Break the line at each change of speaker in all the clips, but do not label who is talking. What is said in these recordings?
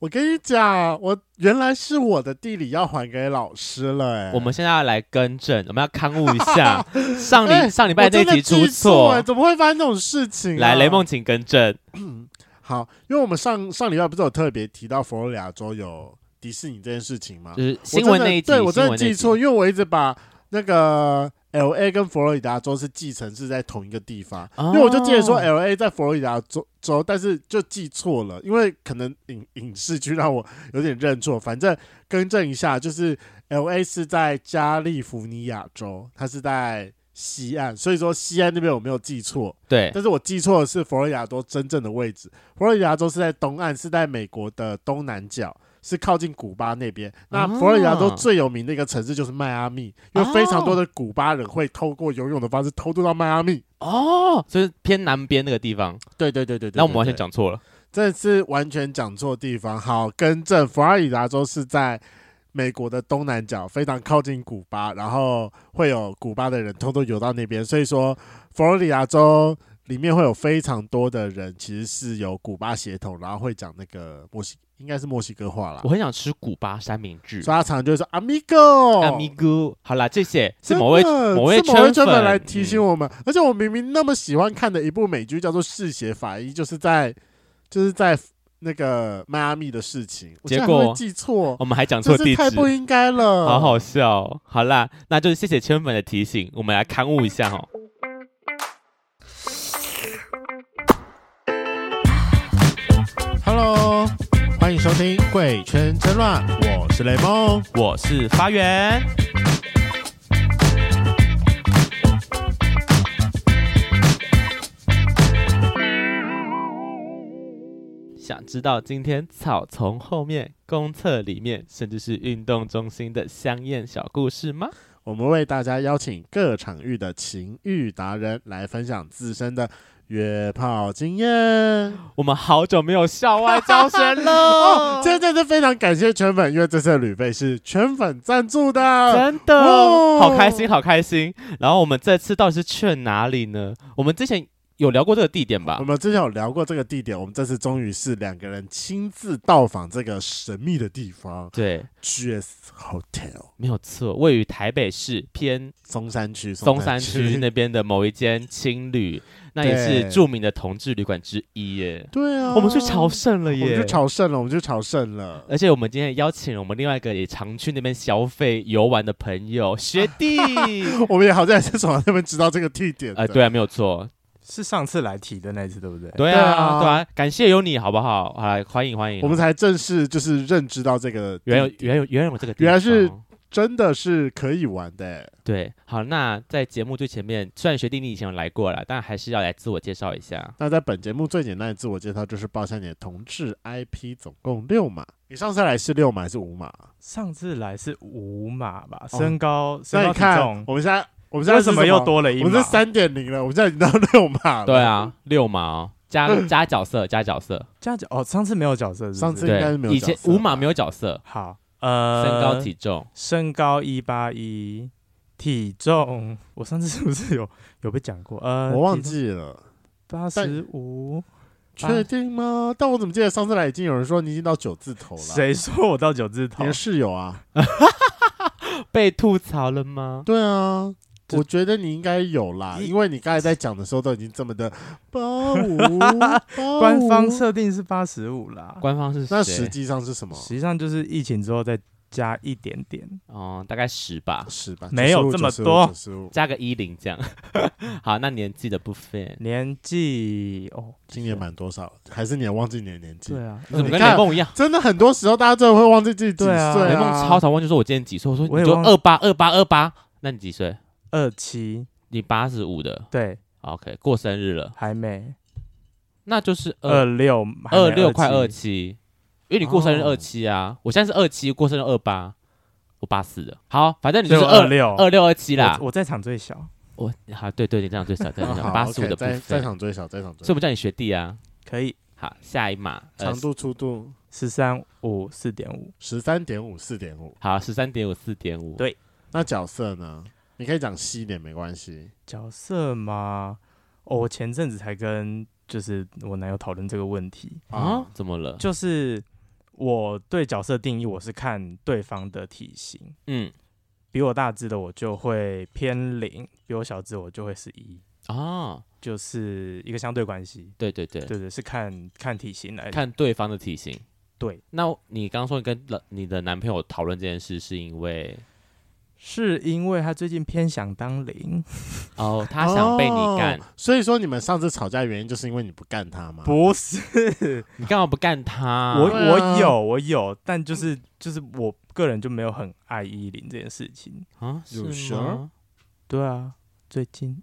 我跟你讲，我原来是我的地理要还给老师了、欸，哎，
我们现在要来更正，我们要刊物一 下上礼、
哎
上礼拜那集
我真
出
的记错，哎，
错。
怎么会发生这种事情、啊？
来，雷梦，请更正。
好，因为我们上上礼拜不是有特别提到佛罗里达州有迪士尼这件事情吗
就？是新
啊
闻
我真的
那一集，
对我真
新
的
闻那一
记
集
错，因为我一直把那个 L A 跟佛罗里达州是继承是在同一个地方，
哦
因为我就记得说哎 L A 在佛罗里达州州，但是就记错了，因为可能影影视剧让我有点认错，反正更正一下，就是 L A 是在加利福尼亚州，它是在。西岸，所以说西岸那边我没有记错，
对，
但是我记错的是佛罗里达州真正的位置。佛罗里达州是在东岸，是在美国的东南角，是靠近古巴那边。那
哦
佛罗里达州最有名的一个城市就是迈阿密，因为非常多的古巴人会透过游泳的方式偷渡到迈阿密。
哦，就是偏南边那个地方。
对对对对对，
那我们完
对
全，讲错了。
这是完全讲错地方。好，更正，佛罗里达州是在。美国的东南角非常靠近古巴，然后会有古巴的人偷偷游到那边，所以说佛罗里达州里面会有非常多的人其实是有古巴血统，然后会讲那个墨西，应该是墨西哥话啦。
我很想吃古巴三明治。
所以他常常就会说 amigo
阿咪咕，好啦，谢谢，是
哦真
某位
的
某
是
位
某位
圈
圈
粉
来提醒我们，而且我明明那么喜欢看的一部美剧叫做《嗜血法医》，就是在就是在那个迈阿密的事情，我
结
竟然会
果
记错，
我们还讲错
真
地
是
址
太，不应该了。
好好笑哦。好啦，那就是谢谢圈粉的提醒，我们来刊物一下哦。
，Hello，欢迎收听《贵圈争乱》，我是雷梦。
我是发源，想知道今天草丛后面、公厕里面，甚至是运动中心的香艳小故事吗？
我们为大家邀请各场域的情欲达人来分享自身的约炮经验。
我们好久没有校外招生 了
哦，，真的是非常感谢圈粉，因为这次的旅费是圈粉赞助的。
真的、
哦
好开心，好开心。然后我们这次到底是去了哪里呢？我们之前有聊过这个地点吧
我？们之前有聊过这个地点，我们这次终于是两个人亲自到访这个神秘的地方
对，
，GS Hotel
没有错，位于台北市偏
松山区。
松山区那边的某一间青旅，那也
对
是著名的同志旅馆之一耶。
对啊，
我们去朝，圣了
我们
耶
去！朝圣了，我们去朝圣了。
而且我们今天邀请了我们另外一个也常去那边消费游玩的 朋友学弟，
我们也好在是从那边知道这个地点的
呃，对啊，没有错，
是上次来提的那一次，对不对？
对
对
啊，
啊
对啊，感谢有你，好不好？好来，欢迎欢迎，
我们才正式就是认知到这个地，
原有原有原有这个地
原来是
方
真的是可以玩的、
对，好，那在节目最前面，虽然学弟你以前有来过了，但还是要来自我介绍一下。
那在本节目最简单的自我介绍就是报下你的同志 IP，总共六码。你上次来是六码还是五码？
上次来是五码吧，身高、身
哦那
高
你
体
看
重，，
我们现在我们现在
为
是
什么又？多了一
我
码？
们是三点零了，我们现在已经到 六码了。
对，啊，六毛 加加角色加角色，
这样讲哦。上次没有角色是不是，
上次这应该
对
是没，有
以
角
前
色
五
吧
码没有角色，
好呃，
身高体重
身高一八一，体重 我上次是不是有有被讲过？呃，
我忘记了，
八十五，
确定吗？但我怎么记得上次来已经有人说你已经到九字头了？
谁说我到九字头
你的？室友啊？
被吐槽了吗？
对啊。
这
我觉得你应该有啦，
一
因为你刚才在讲的时候都已经这么的八五，八五
官方设定是八十五啦，
官方是
那
谁
实际上是什么？
实际上就是疫情之后再加一点点。
哦，大概十
啊
吧，
十吧，
没有这么多
95 95
加个一零这样。 好，那年纪的部分，
年纪哦，
今年满多少？还是你也忘记你的年纪？
对啊，
你怎么
你
跟
看
雷梦一样？
真的很多时候大家真的会忘记自己几岁、
对啊
啊。
雷梦超常忘记说我今年几岁，我说你
我也
就
忘
二八二八二八，那你几岁？
二七，
你八十五的
对，
，OK，过生日了，
还没
那就是二
二六，还没
二六快二
七，
七，因为你过生日
哦
二七啊，我现在是二七，过生日二八，我八四的。好，反正你
所
就
以
是
我
二
哦
26
二六二七啦。
我我在场最小，
我好，对对，你这样最少， 这样
啊
最
好
少八十五
OK，
的部
在
分，
在
所
场追小，在场追
以我
小，
们叫你学弟啊。
可以
好，下一码，呃
长，度粗度
十三五四点五，
十三点五四点五。
好，十三点五，四点五，
对
那角色呢？你可以讲细一点没关系。
角色吗？哦，我前
啊
阵子才跟就是我男友讨论这个问题，
啊
啊，怎么了？
就是我对角色定义我是看对方的体型，
嗯
比我大只的我就会偏零，比我小只我就会是一，
啊，
就是一个相对关系。
对对对，
对对，是看看体型来的。
看对方的体型。
对，
那你刚刚说你跟了你的男朋友讨论这件事，是 因为
是因为他最近偏想当零，
哦，他想被你干，
哦所以说你们上次吵架的原因就是因为你不干他吗？，
不是、
你干嘛不干他？
我
对啊
我有我有，但就是就是我个人就没有很爱依林这件事情。
啊，是
有蛇
吗？
对啊，最近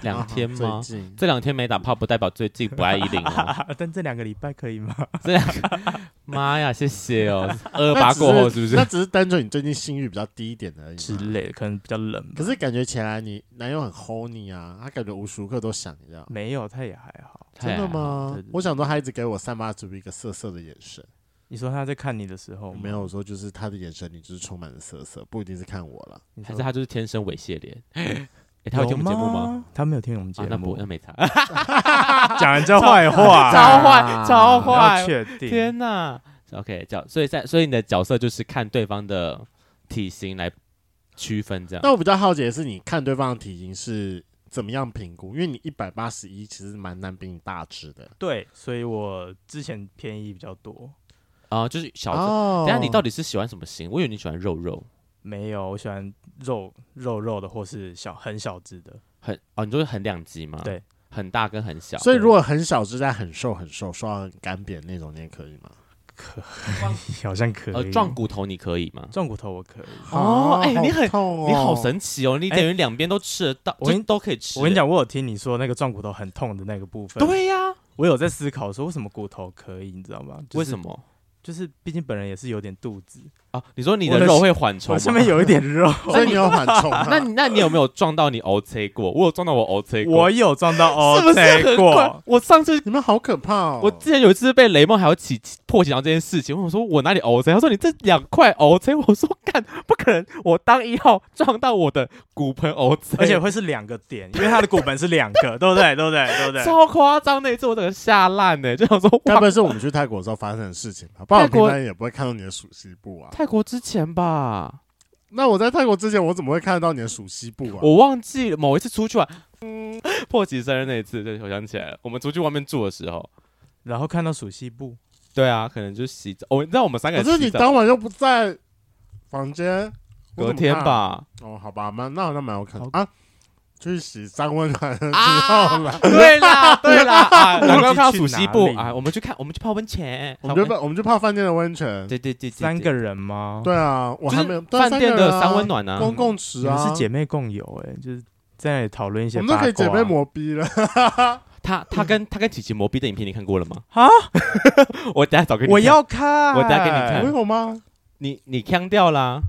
两天吗？
啊 最近
这两天没打炮不代表最近不爱依林 哦。
但这两个礼拜可以吗？
这两个，妈呀，谢谢哦。二 二
那
八
只是
过后是不
那
是？
只是单纯你最近性欲比较低一点而已
之
嘛。
类的，可能比较冷吧。
可是感觉起来你男友很 hold 你啊，他感觉无时无刻都想你啊。
没有，他也还好。
真的吗
对对？对
我想说他一直给我散发出一个色色的眼神，
你说他在看你的时候吗
没？有我说就是他的眼神里就是充满了色色，不一定是看我了。
你
还
说
是他就是天生猥亵 脸？诶他有听我们节目吗？？
他没有听我们节
啊，那不
目
那。没 差。
讲人家 坏话，
超坏超
你要
坏
确定？
天哪！OK，角所以在所以你的角色就是看对方的体型来区分
哦
这样。
那我比较好奇的是，你看对方的体型是怎么样评估？因为你一百八十一其实蛮难比你大只的
对，所以我之前偏移比较多。
啊、就是小子。
哦
等一下你到底是喜欢什么型？我以为你喜欢肉肉，
没有，我喜欢肉肉肉的，或是小很小只的。
很哦，你就是很两极嘛，
对，
很大跟很小。
所以如果很小只但很瘦很瘦，瘦到很干瘪那种，你也可以吗？
好像可以。
呃撞骨头你可以吗？
撞骨头我可以。
哦哎你很
痛哦
你好神奇哦，你等于两边都吃得到，
哎我跟
就都可以吃。
我跟你，讲，我有听你说那个撞骨头很痛的那个部分。，
对呀、
我有在思考说为什么骨头可以，你知道吗？就是
为什？么
就是毕竟本人也是有点肚子，
啊？你说你的
我的
肉会缓冲
我
吗？
上面有一点 肉，
所以你有缓冲啊吗？
那你那你有没有撞到你 O C 过？我有撞到我 O C 过，
我有撞到
是不
OK
是很快
过？。
我上次
你们好可怕哦！
我之前有一次被雷梦还有起破解到这件事情，我想说我哪里 O C，他说你这两块 O C，我说 干不可能，我当一号撞到我的骨盆 O C，
而且会是两个点，因为它的骨盆是两 个，对不对？对不对？对不对？
超夸张，那一次我整个吓烂呢，就想说
该不
哇，
会是我们去泰国的时候发生的事情吧？不然我
泰国
平常也不会看到你的属西部啊。
泰国之前吧，
那我在泰国之前，我怎么会看得到你的属西部啊？
我忘记了某一次出去玩，嗯，破奇生日那一次，对，我想起来了，我们出去外面住的时候，
然后看到属西部，
对啊，可能就洗澡，哦，你知道我们三个
可
人
是你
洗澡
当晚又不在房间，我
隔
怎么
天
看？
吧，
哦，好吧，蛮那好像蛮有可能
好
啊。去洗三温暖的时
啊
候了，
对啦，对啦，啊，
忘记
然后看到
去
属
哪
西部
里
啊，我们去看，我们去泡温泉，
我们就泡我们就泡饭店的温泉。
对对对，对
三
对
个人吗？
对啊，我
就
还
是
没有对啊
饭店
个人
的
啊
三温暖呢、
公共池
你们
啊，
是姐妹共有哎、就是在那里讨论一些
我
八
们
卦。啊
都可以姐妹磨逼了。
他他跟他跟琪琪磨逼的影片你看过了吗？
啊，
我等下找给你看。
我要看，
我等下给你
哎
看
我有吗？
你你腔掉啦。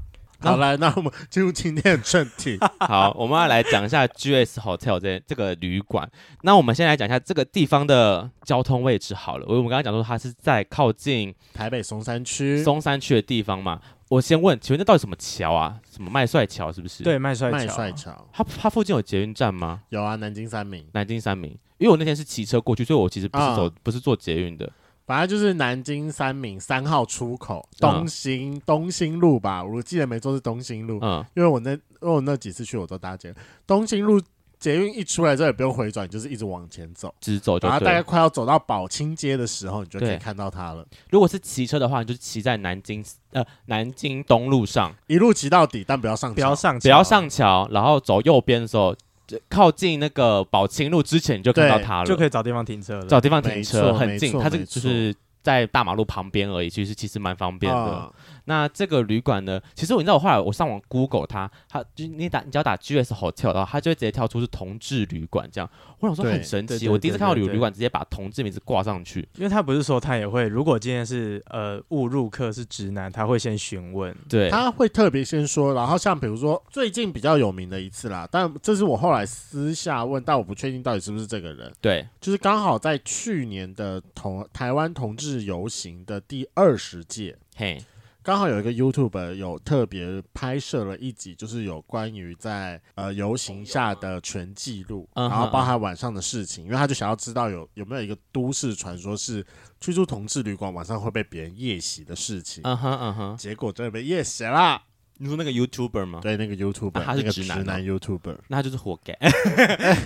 好，来，那我们进入今天的正 题。
好，我们要来讲一下 GS Hotel 这这个旅馆。那我们先来讲一下这个地方的交通位置好了。我们刚刚讲说它是在靠近
台北松山区
松山区的地方嘛。我先问，请问那到底什么桥啊？什么麦帅桥是不是？，
对麦帅
麦
桥
帅桥
它它附近有捷运站吗？
有啊，南京三明，
南京三明，因为我那天是骑车过去，所以我其实不是
啊
走、不是坐捷运的。
反正就是南京三明三号出口
嗯
东兴、东兴路吧，我记得没错是东兴路，
嗯，
因为我那因为我那几次去我都搭捷运东兴路。捷运一出来之后也不用回转，你就是一直往前走，
直走就
然后
哦对
啊大概
了
快要走到宝清街的时候，你就可以
对
看到它了，
如果是骑车的话，你就是骑在南京呃南京东路上，
一路骑到底，但不要上
不要
桥
上，
不要，上桥，然后走右边的时候，就靠近那个宝清路之前，你就看到它了，
就可以找地方停车了。
找地方停
没
车，
错
很近
没，错
它这
没
个
错
就是在大马路旁边而已，其实其实蛮方便的。
啊
那这个旅馆呢，其实我你知道，我后来我上网 Google 它，它就你打你只要打 GS Hotel，然后它就会直接跳出是同志旅馆这样。我想说
对
很神
对
奇，
对
我第一次
对
看到
对
旅
对
旅馆直接把同志名字挂上去，
因为他不是说他也会，如果今天是呃误入客是直男，他会先询问。
对，
他会特别先说，然后像比如说最近比较有名的一次啦，但这是我后来私下问，但我不确定到底是不是这个人，
对，
就是刚好在去年的同台湾同志游行的第二十届，
嘿，
刚好有一个 YouTube 有特别拍摄了一集，就是有关于在呃游行下的全记录，
嗯哼
然后包含晚上的事情，因为他就想要知道有有没有一个都市传说是居住同志旅馆晚上会被别人夜袭的事情，
嗯哼嗯哼，
结果真的被夜袭啦。
你说那个 YouTuber 吗？
对，那个 YouTuber，、
啊他是
那个
直
直
男哦
男 YouTuber，
那他就是活该。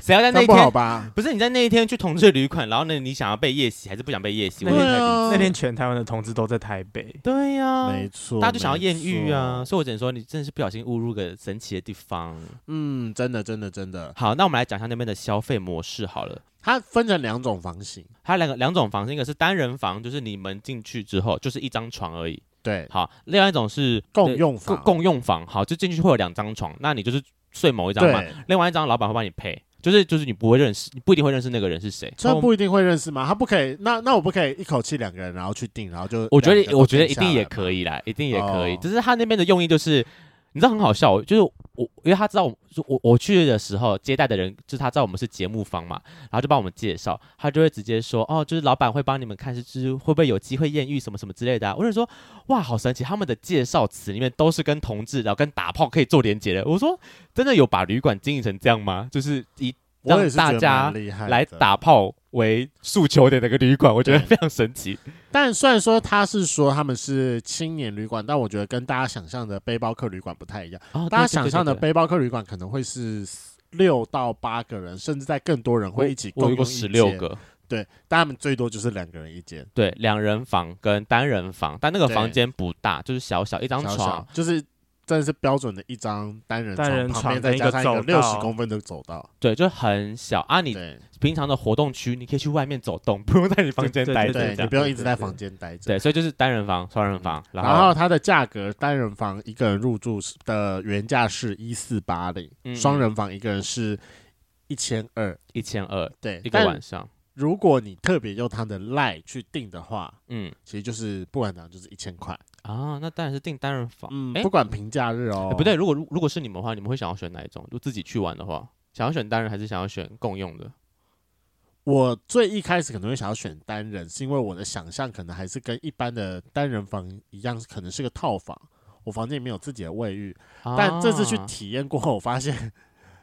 谁要在那
那
一
不好
天？
吧？
不是你在那一天去同志旅馆，然后呢，你想要被夜袭还是不想被夜袭？我
那
觉
天
得太理解
啊
那天全台湾的同志都在台北，
对呀、
没错，
啊大家就想要艳遇啊，
没错。
所以我只能说你真的是不小心误入个神奇的地方。
嗯，真的，真的，真的，
好，那我们来讲一下那边的消费模式好了。
它分成两种房型，
它有两个两种房，一个是单人房，就是你们进去之后就是一张床而已。
对，
好，另外一种是
共用
共
房，
共用房，好，就进去会有两张床，那你就是睡某一张嘛，
对，
另外一张老板会帮你配，就是就是你不会认识，你不一定会认识那个人是谁。
这不一定会认识吗？他不可以，那那我不可以一口气两个人然后去订，然后就
我觉
两个
得
都
我觉得一
定下来
定也
嘛
可以啦，一定也可以。
哦
只是他那边的用意就是，你知道很好笑，就是我因为他知道我我我去的时候接待的人就是他知道我们是节目方嘛，然后就帮我们介绍，他就会直接说哦，就是老板会帮你们看是就是会不会有机会艳遇什么什么之类的、啊。我就说哇，好神奇，他们的介绍词里面都是跟同志然后跟打炮可以做连结的。我说真的有把旅馆经营成这样吗？就是一
我也是
让
觉得
大家
蛮厉害
来
的。
打炮为诉求的那个旅馆，我觉得
对
非常神奇。
但虽然说他是说他们是青年旅馆，但我觉得跟大家想象的背包客旅馆不太一样。
哦
大家
对对
想
对
象的
对
背包客旅馆可能会是六到八个人，甚至在更多人会一起
我
共
有过
用
十
一
六
间，
个，
对，但他们最多就是两个人一间，
对，两人房跟单人房，但那个
对
房间不大，就是小小一张
小
床，
小就是真的是标准的一张单人
单人
旁边
床
再
跟一
加
个
上一
走
个六十
道
公分的走道，
对，就很小啊。你
对
平常的活动区，你可以去外面走动，不用在你房间
对对
待着，
对，
这
你
样
不用一直在
对对
房间待着。
对，所以就是单人房、双人房，然
然后它的价格，单人房一个人入住是的原价是一四八零
嗯，嗯
双人房一个人是一千二。
一千二
对
一，个
但
晚上，
如果你特别用它的 line 去订的话，
嗯
其实就是不管怎样就是一千块。
啊，那当然是订单人房。
嗯，
哦诶
不管平假日哦
诶，不对，，如果如如果是你们的话，你们会想要选哪一种？如果自己去玩的话，想要选单人还是想要选共用的？
我最一开始可能会想要选单人，是因为我的想象可能还是跟一般的单人房一样，可能是个套房，我房间里面有自己的卫浴，但这次去
啊
体验过后，我发现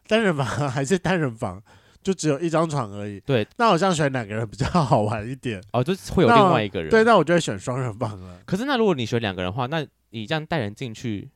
单人房啊还是单人房，就只有一张床而已。
对，
那好像选两个人比较好玩一点。
哦，就是会有
那
另外一个人。
对，那我就会选双人房了。
可是那如果你选两个人的话，那你这样带人进去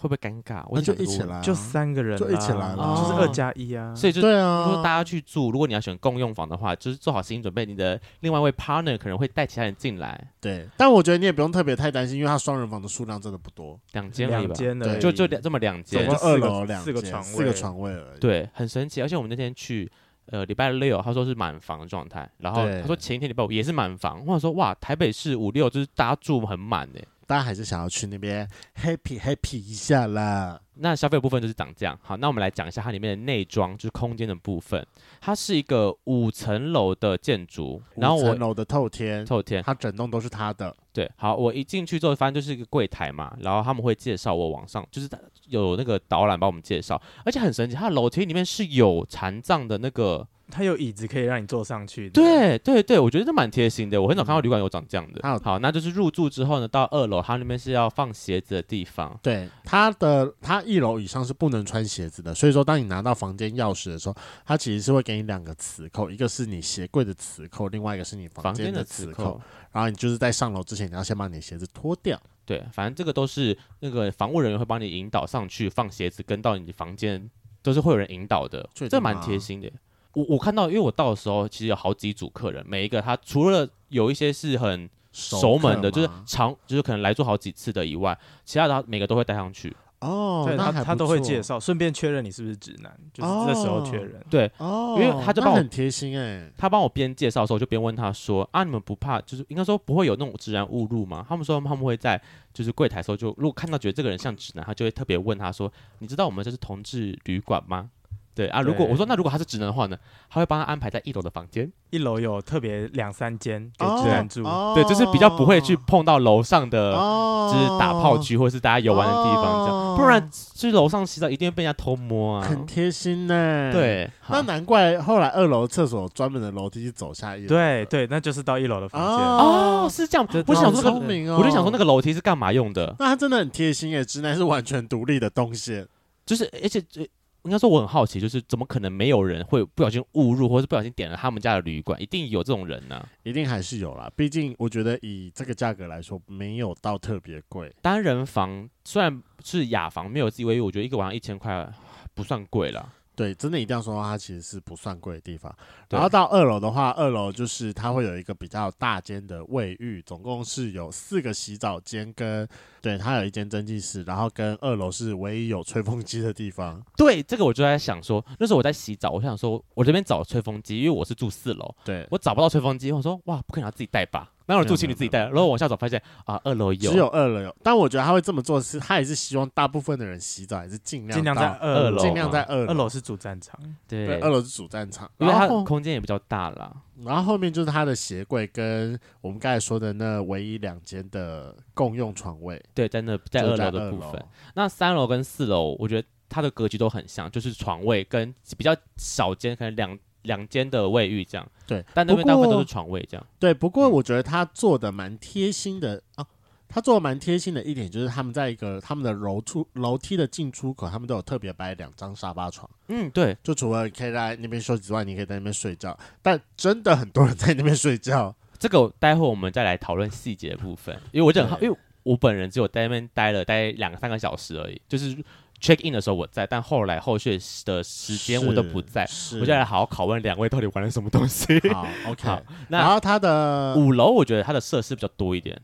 会不会尴尬？我
那就
想这
一
个
起
问
来啊，
就三个人啦，
就一起来
嘛
就是
哦
二加一啊。
所以就
对
如果
啊，
大家去住，如果你要选共用房的话，就是做好心理准备，你的另外一位 partner 可能会带其他人进来，
对。但我觉得你也不用特别太担心，因为它双人房的数量真的不多，
两间而已
两
吧，
间
对
的，
就就两这么两
总
间
共，
就
二
四个
楼两
四个
间
床
四个
位
床位而已。
对，很神奇。而且我们那天去，呃，礼拜六他说是满房状态，然后
对
他说前一天礼拜五也是满房，我想说哇，台北市五六就是大家住很满欸呢。
大家还是想要去那边 happy happy 一下啦。
那消费的部分就是长这样。好，那我们来讲一下它里面的内装，就是空间的部分。它是一个五层楼的建筑，然后
五层
我
楼的透天，
透天
它整栋都是他的。
对，好，我一进去之后，反正就是一个柜台嘛，然后他们会介绍我往上，就是有那个导览帮我们介绍，而且很神奇，它的楼梯里面是有残障的那个，
它有椅子可以让你坐上去的。，
对对对，我觉得这蛮贴心的，我很少看到旅馆有长这样的。
还有
好，那就是入住之后呢，到二楼，它那边是要放鞋子的地方。
对，它的它一楼以上是不能穿鞋子的，所以说当你拿到房间钥匙的时候，它其实是会给你两个磁扣，一个是你鞋柜的磁扣，另外一个是你
房
房
间
间
的
磁
磁
扣
扣。，
然后你就是在上楼之前，你要先把你的鞋子脱掉。
对，反正这个都是那个房务人员会帮你引导上去放鞋子，跟到你房间都是会有人引导的，
确定
这蛮
吗
贴心的。我我看到，因为我到的时候其实有好几组客人，每一个他除了有一些是很熟门的，
客
就是
吗
常就是可能来做好几次的以外，其他的他每个都会带上去。
哦，
对
那
他
还不
他都会
错
介绍，顺便确认你是不是直男，就是这时候确认。
对
哦，
因为他就
那
帮我
很贴心哎、
他帮我边介绍的时候，我就边问他说：“啊，你们不怕就是应该说不会有那种直男误入吗？”他们说他们会在就是柜台的时候就如果看到觉得这个人像直男，他就会特别问他说：“你知道我们这是同志旅馆吗？”对啊，如果
对
我说那如果他是直男的话呢，他会帮他安排在一楼的房间，
一楼有特别两三间给直男住，
哦
对，就是比较不会去碰到楼上的
哦，
就是打炮区或是大家游玩的地方这样。
哦
不然去楼上洗澡一定会被人家偷摸啊。
很贴心呢。，
对，
那
好
难怪后来二楼厕所专门的楼梯是走下一楼
对
的。
对，那就是到一楼的房间。
哦，是这样
对，
我
那
想
好
说那
聪
个，
明哦，
我就想说那个楼梯是干嘛用的？
那他真的很贴心耶，直男是完全独立的动线。
就是而且这。应该说我很好奇，就是怎么可能没有人会不小心误入，或是不小心点了他们家的旅馆？一定有这种人呢、
一定还是有啦，毕竟我觉得以这个价格来说，没有到特别贵。
单人房虽然是雅房，没有自己卫浴，我觉得一个晚上一千块不算贵了。
对，真的一定要说它其实是不算贵的地方。
对
然后到二楼的话，二楼就是它会有一个比较大间的卫浴，总共是有四个洗澡间跟对，它有一间蒸汽室，然后跟二楼是唯一有吹风机的地方。
对，这个我就在想说，那时候我在洗澡，我想说我这边找吹风机，因为我是住四楼，
对，
我找不到吹风机，我说哇，不可能要自己带吧？哪有人住情侣自己带？然后往下走发现啊，二楼有，
只有二楼有，但我觉得他会这么做是，他也是希望大部分的人洗澡还是尽量
尽量在
到
二
二楼
尽量在二
二
楼，
楼是主战场，
对，
对，
二楼是主战场，
因为它
然后
空间也比较大啦。
然后后面就是他的鞋柜跟我们刚才说的那唯一两间的共用床位，
对，在那在
就
二
在
楼
二
的部分，那三楼跟四楼，我觉得它的格局都很像，就是床位跟比较小间，可能两两间的卫浴这样。
对，
但那
不
边
过
大部分都是床位这样。
对，不过
嗯
我觉得他做的蛮贴心的啊，他做的蛮贴心的一点就是他们在一个他们的楼出楼梯的进出口，他们都有特别摆两张沙发床，
嗯，对，
就除了可以在那边休息之外，你可以在那边睡觉，但真的很多人在那边睡觉。
这个待会我们再来讨论细节的部分，因为我就很好，
对
因为我本人只有在那边待了待两三个小时而已，就是 check in 的时候我在，但后来后续的时间我都不在。
是
我就来好好拷问两位到底玩了什么东西。
好，OK
好。
然
那
后它的
五楼我觉得它的设施比较多一点，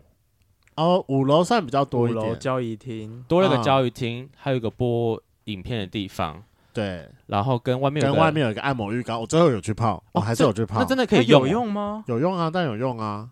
哦五楼算比较
五
多一
楼
点，
交易厅，
多了
啊
个教育厅，还有一个播影片的地方，
对，
然后跟外面有
跟
个
外面有一个按摩浴缸，我最后有去泡，我
哦
还是
这
有去泡，
那真的可
它
以
哎有
啊
用吗？
有用啊，但有用啊，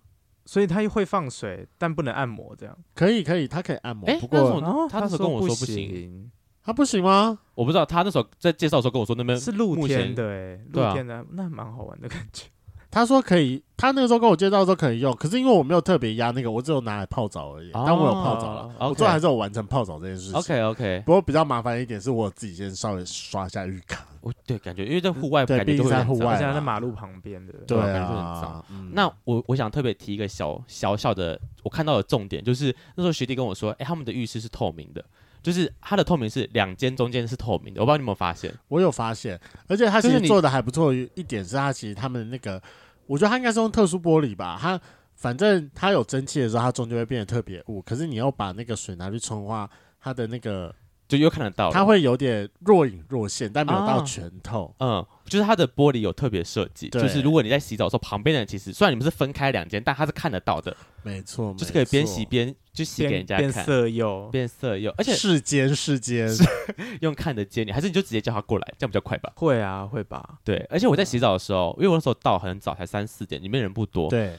所以它会放水，但不能按摩这样。
可以可以，它可以按摩，
诶
不
那
过
种
哦
他那时候
说
跟我说
不
不行
行，
它不行吗？
我不知道他那时候在介绍的时候跟我说那边
是露
呃目
天
前
的哎，
对
露
啊
天的那蛮好玩的感觉。
他说可以，他那个时候跟我介绍说可以用，可是因为我没有特别压那个，我只有拿来泡澡而已。
哦
但我有泡澡了，我最后还是有完成泡澡这件事情。
OK OK，
不过比较麻烦一点是我自己先稍微刷一下浴缸。
我对感觉因为在户外
对
感觉就
毕竟
会
在
很
户
脏
外
而且它
啦
在马路旁边的，
啊对啊感觉就很
啊
脏，
嗯
那我我想特别提一个小小小的我看到的重点，就是那时候学弟跟我说，哎、他们的浴室是透明的，就是它的透明是两间中间是透明的，我不知道你有没有发现，
我有发现，而且他其
就
实
是你
做的还不错。一点是他其实他们那个，我觉得他应该是用特殊玻璃吧，他。反正它有蒸汽的时候，它终究会变得特别雾。可是你要把那个水拿去冲的话，它的那个
就又看得到了
它会有点若隐若现，但没有到
啊
全透。
嗯，就是它的玻璃有特别设计，
对
就是如果你在洗澡的时候，旁边的人其实虽然你们是分开两间，但它是看得到的，
没错，
就
没
是可以边
错
洗边就洗给
变
人家
变
看，
色诱，
变色又，而且
世间世间，
用看得见你，还是你就直接叫他过来，这样比较快吧？
会啊会吧？
对，而且我在洗澡的时候，因为我那时候到很早，才三四点，里面人不多，
对，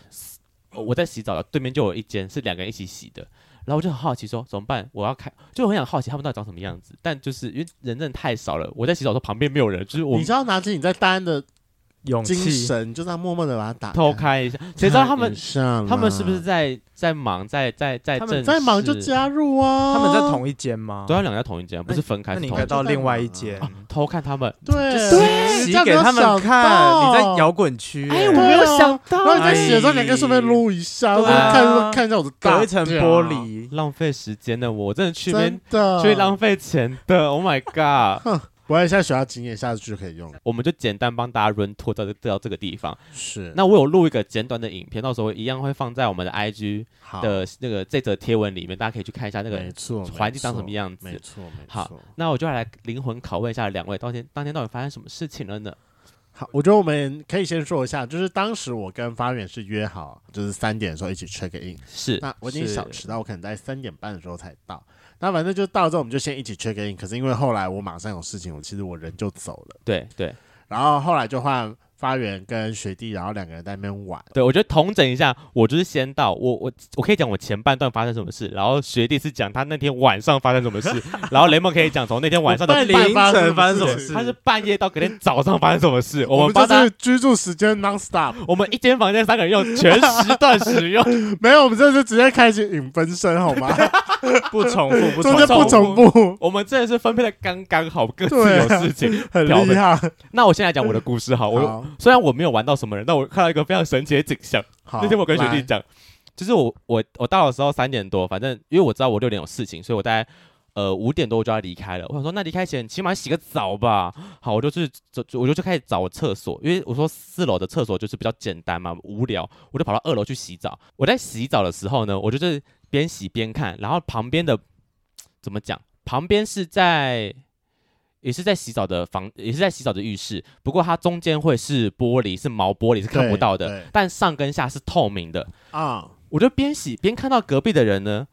我在洗澡，对面就有一间是两个人一起洗的，然后我就很好奇说怎么办？我要开，就很想好奇他们到底长什么样子，但就是因为人真的太少了，我在洗澡的时候旁边没有人，就是我
你知道拿起你在大安的
勇
精
气
神，你就这样默默的把它打开
偷，开 一下，谁知道他们
看一下啦
他们是不是在在忙，在在在
他们
在
正
忙就
式
加入啊？
他们在同一间吗？
都要两个在同一间，不是分开
那
是
你应
同
该
啊一间
到另外一间，
偷看他们，
就
对
洗洗给他们看。你在摇，滚区，
哎，
哎
我没有想
这样子，然
到
后你在洗的时候，你还可以顺便撸一下，
对
顺
啊
便看看一下我的大
隔一层
屌
玻，璃，
浪费时间的我，我真的去那边
真的
去浪费钱的，Oh my god！
我也现在学到经验，下次就可以用。
我们就简单帮大家 run tour 到这到这个地方。
是，
那我有录一个简短的影片，到时候一样会放在我们的 IG
好，
的那个这则贴文里面，大家可以去看一下那
没
个
错，
环境长什么
样
样
没
子。
错，没
好
错。
那我就来灵魂拷问一下两位，当天当天到底发生什么事情了呢？
好，我觉得我们可以先说一下，就是当时我跟发源是约好，就是三点的时候一起 check in。
是
那我已经
是
小迟到，我可能在三点半的时候才到。那反正就到之后，我们就先一起 check in。可是因为后来我马上有事情，我其实我人就走了。
对对
然后后来就换发源跟学弟，然后两个人在那边玩。
对，我觉得统整一下，我就是先到，我我我可以讲我前半段发生什么事，然后学弟是讲他那天晚上发生什么事， 然后雷蒙可以讲从那天晚上的
我半
凌
夜
晨 发生什么事？
他是半夜到隔天早上发生什么事，我们
就
帮他
是居住时间 non stop，
我们一间房间三个人用全时段使用，
没有，我们这是直接开启影分身好吗？
不重复，不
中
重
间
复，
不重复，
我们真的是分配的刚刚好，各自
对
有
啊
事情。
很
调
厉
配
害。
那我先来讲我的故事哈，我
好，
虽然我没有玩到什么人，但我看到一个非常神奇的景象。
好
那天我跟学弟
来
讲，就是我我我到的时候三点多，反正因为我知道我六点有事情，所以我大概呃五点多我就要离开了。我想说，那离开前起码洗个澡吧。好，我就去走，走我就去开始找厕所，因为我说四楼的厕所就是比较简单嘛，无聊，我就跑到二楼去洗澡。我在洗澡的时候呢，我就是边洗边看，然后旁边的怎么讲？旁边是在。也是在洗澡的房，也是在洗澡的浴室，不过它中间会是玻璃，是毛玻璃，是看不
对
到的。
对
但上跟下是透明的。
啊，
我就边洗边看到隔壁的人呢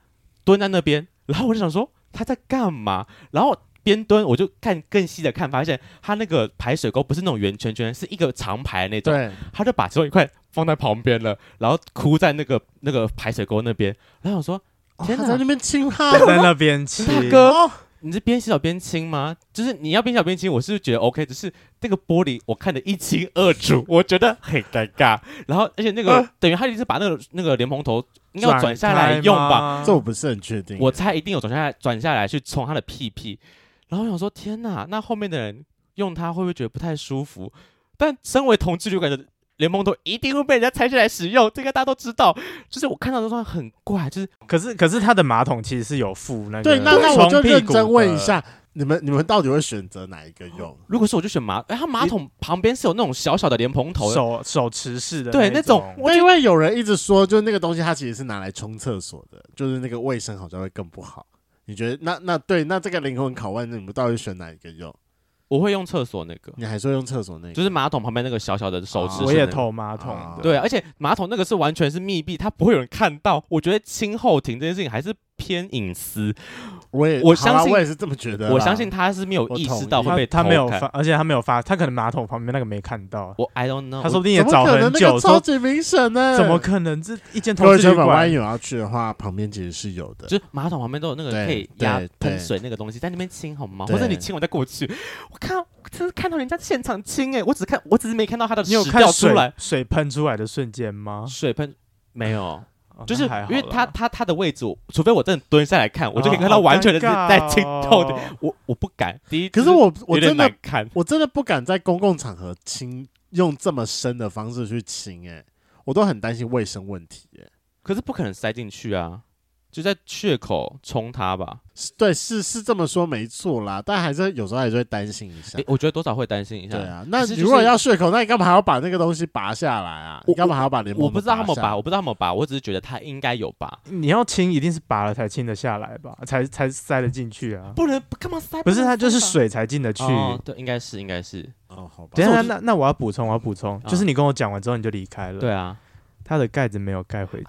蹲在那边，然后我就想说他在干嘛，然后边蹲我就看更细的看，发现他那个排水沟不是那种圆圈圈，是一个长排那种，
对，
他就把其中一块放在旁边了，然后哭在那个那个排水沟那边，然后我说
哦
天
他
哪
在那边亲他，
在那边吃。
大哥，你是边洗澡边亲吗？就是你要边洗澡边亲，我是觉得 OK，只是那个玻璃我看得一清二楚，我觉得很尴尬。然后，而且那个、等于他一直把那个那个莲蓬头应该要转下来用吧，
吧
这我不是很确定。
我猜一定有转下来转下来去冲他的屁屁。然后我想说，天哪，那后面的人用它会不会觉得不太舒服？但身为同志旅馆的联盟头一定会被人家拆下来使用，这个大家都知道。就是我看到的时候很怪，就是
可是可是他的马桶其实是有附那个
对，那那我
冲
就
屁股
认真问一
的，
下，你们你们到底会选择哪一个用？
如果是我就选马，哎，它马桶旁边是有那种小小的莲蓬头的，
手手持式的
对
那
那种
我因为有人一直说，就是那个东西它其实是拿来冲厕所的，就是那个卫生好像会更不好。你觉得那那对那这个灵魂拷问，你们到底选哪一个用？
我会用厕所那个，
你还说用厕所那个？
就是马桶旁边那个小小的手指、
啊
我也。投马桶
啊
的，
对，而且马桶那个是完全是密闭，它不会有人看到。我觉得清后庭这件事情还是偏隐私，
我也
我
好啦
相信
我也是这么觉得啦。
我相信他是没有
我
意
同
识到
意
会被
他他没有
偷看
发，而且他没有发，他可能马桶旁边那个没看到，
我 I don't know，
他说
我
不定也
怎
找
么可能
很
那
久，
个超
说
级明显呢？
怎么？可能？这一间
各
同
位
志
圈
旅
粉，万一
馆，
有要去的话，旁边其实是有的。
就是马桶旁边都有那个
对
可以压
对对
喷水那个东西，在那边亲好吗？
对
或者你亲我再过去，我看我真是看到人家现场亲哎、我只看我只是没看到他的
你有
屎
看
掉出
水
来，
水喷出来的瞬间吗？
水喷没有。
哦
就是
那还好
因为
啦
他他他的位置，我除非我真的蹲下来看，我就可以
哦
看到
好
完全的
尴
是
尬
在亲透的
哦。
我我不敢，第一，
可是我我
有点
真的
难看，
我真的不敢在公共场合亲，用这么深的方式去亲，哎，我都很担心卫生问题，哎。
可是不可能塞进去啊，就在血口冲它吧。
是对，是是这么说没错啦，但还是有时候还是会担心一下
诶。我觉得多少会担心一下。
对啊，那
可是
你
就是
如果要血口，那你干嘛还要把那个东西拔下来啊？
我
你干嘛还要把联盟？
我不知道他们拔，我不知道他们拔，我只是觉得他应该有拔，
你要亲一定是拔了才亲得下来吧，才才塞得进去啊。
不能干嘛塞？
不是，它
他
就是水才进得去。啊
哦，对，应该是应该是，
哦，好吧。
等一
可是
下，
我就啊
那那我要补充，我要补充，就是你跟我讲完之后你就离开了。
对，啊。
它的盖子没有盖回去，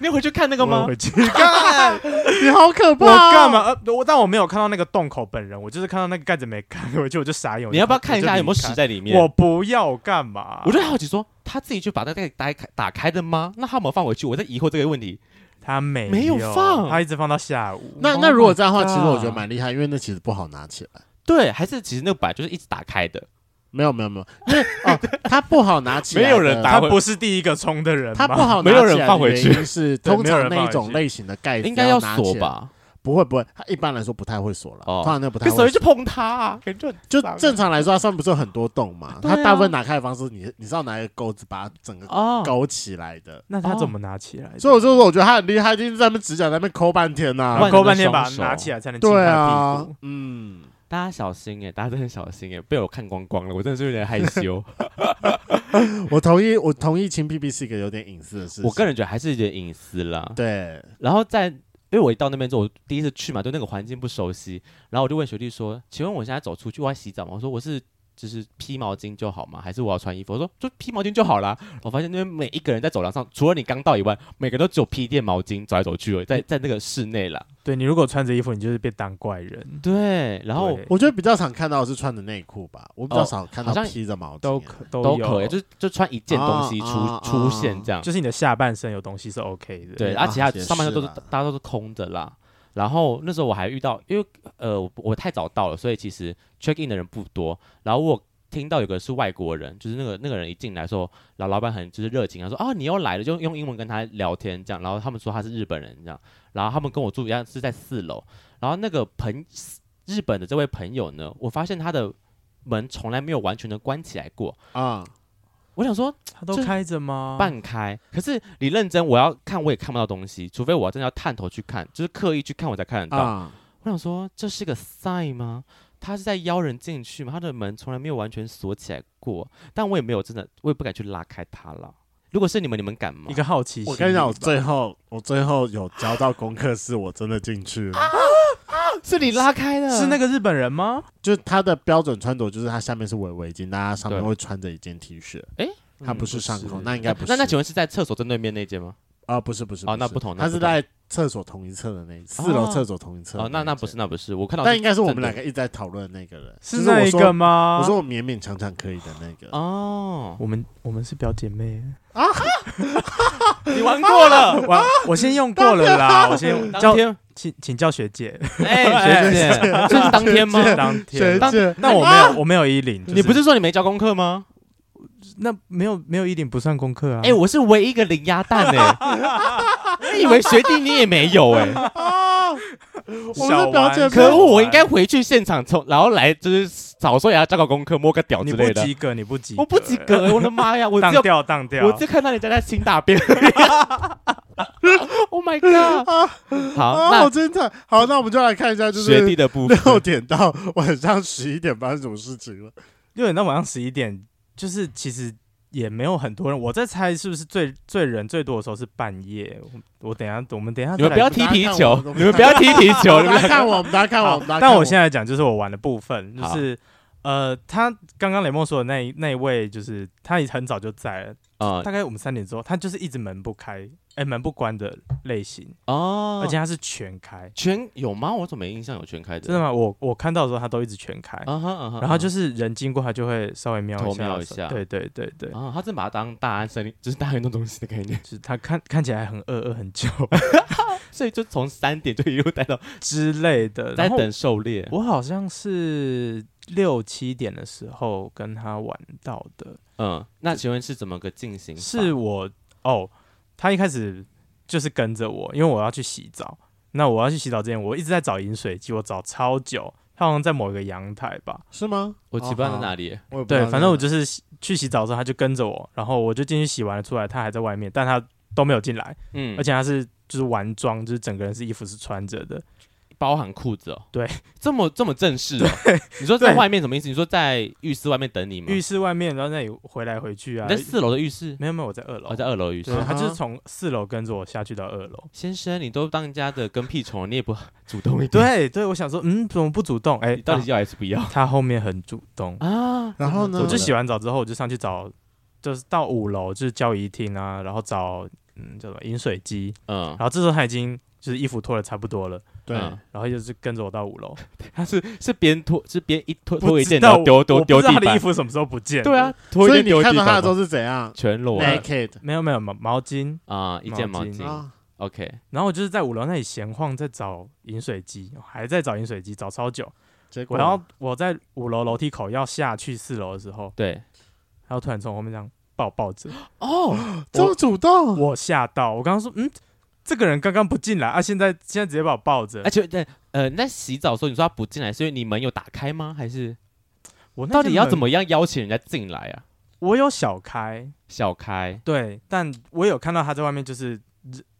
你有回去看那个
我
吗哦
有？ 回去看。
你好可怕、哦
我干？嘛？呃我但我没有看到那个洞口本人，我就是看到那个盖子没盖回去，我就傻眼。我就
你要不要看一下有没有屎？在里面？
我就离开我不要，我干嘛？
我就好奇说，他自己去把那个打开打开的吗？那他有没有放回去？我在疑惑这个问题。
他没
没有
有
放
他一直放到下午。
那
Oh
那如果这样的话，
my
其实我
God
觉得蛮厉害，因为那其实不好拿起来。
对，还是其实那个板就是一直打开的。
没有没有没有，因为哦，它不好拿起来的，
没有人打
他
回
不是第一个冲的人
它
吗，
不好拿
没
起
有
来
人
的
放回去
原因是
对
通
没有
常
人
那一
放回
种
去
类型的盖子
应该
要拿
锁
起来？
吧？
不会不会，它一般来说不太会锁了，
哦
通常那不太
可
会
手
锁
一。去碰它啊，感觉
就正常来说，它上面不是有很多洞嘛？
对啊
它大部分打开的方式，你你是要拿一个钩子把它整个
哦，
勾起来的。
那他怎么拿起来的？
所以我就说，我觉得他很厉害，就是在那边指甲在那边抠半天呐、
然后
万
抠半天
能的
把它
双手
拿起来才能亲他
对
的
啊
屁股。，
嗯，
大家小心哎、大家真的很小心哎、被我看光光了，我真的是有点害羞。
我同意，我同意亲 P P 是一个有点隐私的事情。
我个人觉得还 是有点隐私啦。
对，
然后在，因为我一到那边之后，我第一次去嘛，对那个环境不熟悉，然后我就问学弟说：“请问我现在走出去我要洗澡吗？”我说：“我是就是披毛巾就好吗？还是我要穿衣服？”我说：“就披毛巾就好啦。”我发现那边每一个人在走廊上，除了你刚到以外，每个人都只有披一件毛巾走来走去而已，在在那个室内啦。
对你如果穿着衣服，你就是被当怪人。
对，然后
对
我觉得比较常看到的是穿的内裤吧，我比较少看到
哦好像
披着毛巾、
都可都
都
有
可以，欸就是就穿一件东西出、
啊啊
出现这样。
就是你的下半身有东西是 OK 的。
对，
嗯
而、啊、
啊
且他
也
上半
是
身都是
啦
大家都是空的啦。然后那时候我还遇到，因为呃我我太早到了，所以其实 check in 的人不多。然后我听到有个是外国人，就是那个那个人一进来的时候，老老板很就是热情，他说啊你又来了，就用英文跟他聊天这样。然后他们说他是日本人这样，然后他们跟我住一样是在四楼，然后那个朋日本的这位朋友呢，我发现他的门从来没有完全的关起来过，
啊、
我想说
他都
这
开着吗？
半开，可是你认真我要看我也看不到东西，除非我真的要探头去看，就是刻意去看我才看得到。
啊，
我想说，这是个 sign 吗？他是在邀人进去吗？他的门从来没有完全锁起来过，但我也没有真的，我也不敢去拉开它了。如果是你们，你们敢吗
一？个好奇心。
我跟你讲，我最后我最后有交到功课，是我真的进去了。
是你拉开的，
是那
个
个日本人吗？
就是他的标准穿着，就是他下面是围围巾，但他上面
对
会穿着一件 T 恤。
诶
他不是上
不
空，
是
那应该不是。
那那请问是在厕所正对面那间吗？
啊，不是不是
哦那
是
不同那
他
不
是
同
在厕所同一侧的那四楼
哦
厕所同一侧的
哦，那
一
那不
间
是，那不是，我看到
但应该是我们
正对
两个一直在讨论的那个人，就是是我
那一
说
个吗？
我说我勉勉强强可以的那个，
哦，
我们我们是表姐妹。
啊
你玩过了，
我我先用过了啦，我先
嗯当
叫
天，
请请叫学姐。
哎，学 姐，这是当天吗？
当
学
天，
当
姐
那我没有我没有衣领，就
你不是说你没交功课吗？
那没有没有衣领不算功课啊？
哎，我是唯一一个零鸭蛋哎， 你以为学弟你也没有哎？
啊，我
小
们是表
玩
姐妹，
可恶！我应该
玩
回去现场从，然后来就是早说也要交个功课，摸个屌
你
之
不
类的。
及格，你不及，
我不及，格，我的妈呀！我只
当
有
掉当掉
我。只看到人家在清大 便。oh my god！好，
啊，好
那
精彩。好，那我们就来看一下，就
学弟
是
的部分，
六点到晚上十一点发生什么事情了。
六点到晚上十一点，就是其实也没有很多人，我在猜是不是最最人最多的时候是半夜。我我等一下我们等一下
你
再
们不要
来。
踢
大家
皮
看我
球
我，们
你们不要踢皮球，
哦
你
大
们
家看我，大家看
好
我，大家看
那
我
我现在讲就是我玩的部分，就
好
是呃，他刚刚雷梦说的那一那一位，就是他也很早就在了，
啊
大概我们三点之后，他就是一直门不开，哎、门不关的类型，
哦，
而且他是全开，
全有吗？我怎么没印象有全开的？
真的吗？我我看到的时候，他都一直全开，
啊哈啊哈！
然后就是是人经过，他就会稍微瞄一
偷
下，
瞄一下
对对对对，
啊，他真把它当大安森林，就是大运动中心的概念，
就是他看看起来很饿饿很久
所以就从三点就一路待到
之类的，
在
然后
等狩猎。
我好像是六七点的时候跟他玩到的，
嗯，那请问是怎么个进行法？
是我哦，他一开始就是跟着我，因为我要去洗澡。那我要去洗澡之前，我一直在找饮水机，我找超久。他好像在某一个阳台吧，
是吗？哦
我奇怪在哪里？
我也不知道
对，反正我
在
就是洗去洗澡的时候，他就跟着我，然后我就进去洗完了出来，他还在外面，但他都没有进来，
嗯，
而且他是就是完装，就是整个人是衣服是穿着的，
包含裤子哦。
对，
这么这么正式哦。 你说在
对
外面什么意思？你说在浴室外面等你吗？
浴室外面，然后那里回来回去啊
你在。四楼的浴室，
没有没有，我在二楼，
哦，在二楼浴室
对，。嗯他就
啊哈
是从四楼跟着我下去到二楼。
先生，你都当人家的跟屁虫了，你也不主动一点，
对对，我想说，嗯，怎么不主动？哎、
你到底要还是不要
他他后面很主动，
啊？
然后呢
我
怎么
就
了
洗完澡之后，我就上去找，就是到五楼，就是交易厅啊，然后找嗯叫什么饮水机，
嗯
然，后这时候他已经就是衣服脱的差不多了，
对
嗯
然后就是跟着我到五楼，
他是是边脱是边一脱
不
脱一
知
件，
道
然后丢丢
我
丢
不知道
地
他的衣
板。
服什么时候不见？
对啊，，脱一
所以
件
你
丢地
看到
板
他的
吧
时。候是怎样
全裸啊
？naked
没有没有毛毛巾，
啊，一件毛
毛巾
巾。
啊，
OK，
然后我就是在五楼那里闲晃，在找饮水机，还在找饮水机，找超久。
结果
我然后我在五楼楼梯口要下去四楼的时候，
对。
然后突然从我后面这样抱抱着，
哦，
这么主动，
我吓到，我刚刚说嗯。这个人刚刚不进来啊！现在现在直接把我抱着
而，且对，呃，那洗澡的时候你说他不进来，是因为你门有打开吗？还是
我那
到底
间
要
门
怎么样邀请人家进来啊？
我有小开，
小开，
对，但我有看到他在外面，就是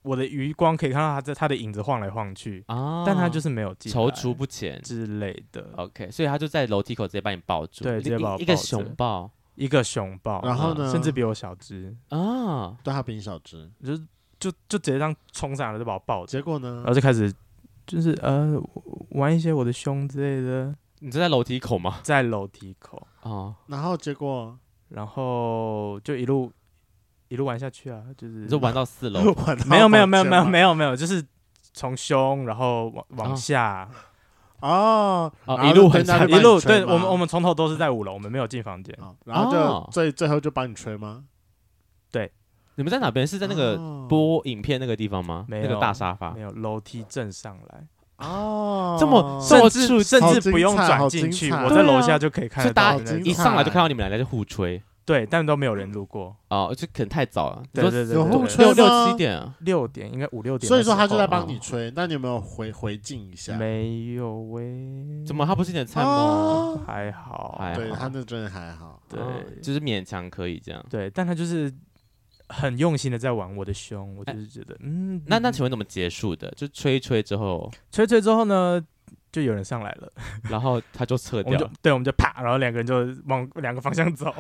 我的余光可以看到他在他的影子晃来晃去，
啊，
但他就是没有哦进来
踌躇不前。
之类的，
OK，所以他就在楼梯口直接把你抱住，
对
一
直接把我
一个
抱着
熊抱
一个熊抱，
然后呢？
啊甚至比我小只，
啊，
对他比你小只，
就是就就直接这样冲上来就把我抱着，
结果呢
然？后就开始就是呃玩一些我的胸之类的，
你是在楼梯口吗？
在楼梯口，
哦，
然后结果
然后就一路一路玩下去啊，就是
你就玩到 四楼
玩到
没有没有没有
房间
没有
吗
没有没有，就是从胸然后往
啊
往下。
哦，然
哦
后
一路
就
很
在那
长
边
一路
帮你吹
对
吗
我们我们从头都是在五楼，我们没有进房间，
哦然后
哦
就最最后就帮你吹吗？
你们在哪边？是在那个
哦
播影片那个地方吗？
没
那个
有
大沙发
没，有楼梯正上来，
哦，
这么这
甚
么
至
触
甚
好
至
精
不用
彩好
转
精
进去，
彩
我在
对啊
楼下就可以看
是
得
大
到
好
的那
精
种。
一上来就看到你们两个在互吹，
对，但都没有人路过，
哦，就可能太早了。你说
对对对
有
对
后
对
吹
六六
吗
七点啊，
六点应该五六点
所
的
以
时
说
候，
他就在
哦
帮你吹，那你有没有回回敬一下？
没有喂，
怎么他不是你的菜吗？
哦
还好？
还
对
好
他那真的还好，
对
哦就是勉强可以这样。
对，但他就是很用心的在玩我的胸，我就是觉得，嗯，
哎那那
嗯
请问怎么结束的？就吹一吹之后，
吹吹之后呢，就有人上来了，
然后他就撤
我们
掉
就，对，我们就啪，然后两个人就往两个方向走，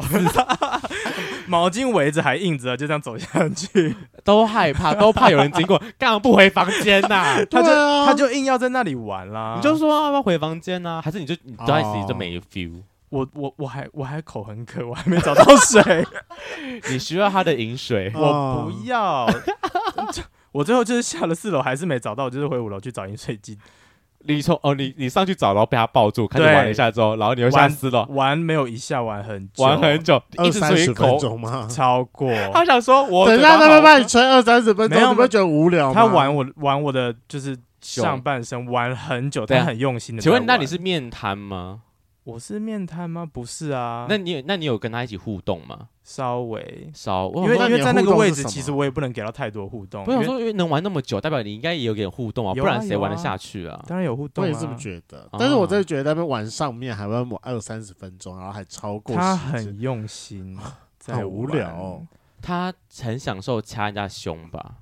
毛巾围着还硬着，就这样走下去。
都害怕，都怕有人经过，干嘛不回房间呐、
他就、
对啊
他就硬要在那里玩啦。
你就说啊要不要回房间呐、还是你就你都在自己就
哦
没 feel？
我我我还我还口很渴，我还没找到水，
你需要他的饮水
哦
我不要。 我最后就是下了四楼，还是没找到，我就是回五楼去找饮水机，
你从哦，你你上去找，然后被他抱住，开始玩了一下之后，然后你又下
玩
私了，
玩没有一下，玩很久，
玩很久，
二
一直
三
吹
十分
口。
钟吗？
超 过。
他想说我，
等一下，他们帮你吹二三十分
没有
钟，你不会觉得无聊吗？
他玩我玩我的就是上半身玩很久，
对啊
他很用心的。
请问那你是面瘫吗？
我是面瘫吗？不是啊，
那你有那你有跟他一起互动吗？
稍微，
稍因
因为
哦那
因为
你
在
互
那个
动
位
是
置，
什
其
么
实我也不能给到太多互动。
我想
哦因为
说，因为能玩那么久，代表你应该也有点互动啊，
有
不
啊
然谁
有啊
玩得下去啊？
当然有互动
我也
啊，
这么觉得，但是我
哦
真的觉得他们玩上面还玩我二三十分钟，然后还超过
他
时间
很 用心，在
好无
玩
聊哦。
他很享受掐人家胸 吧？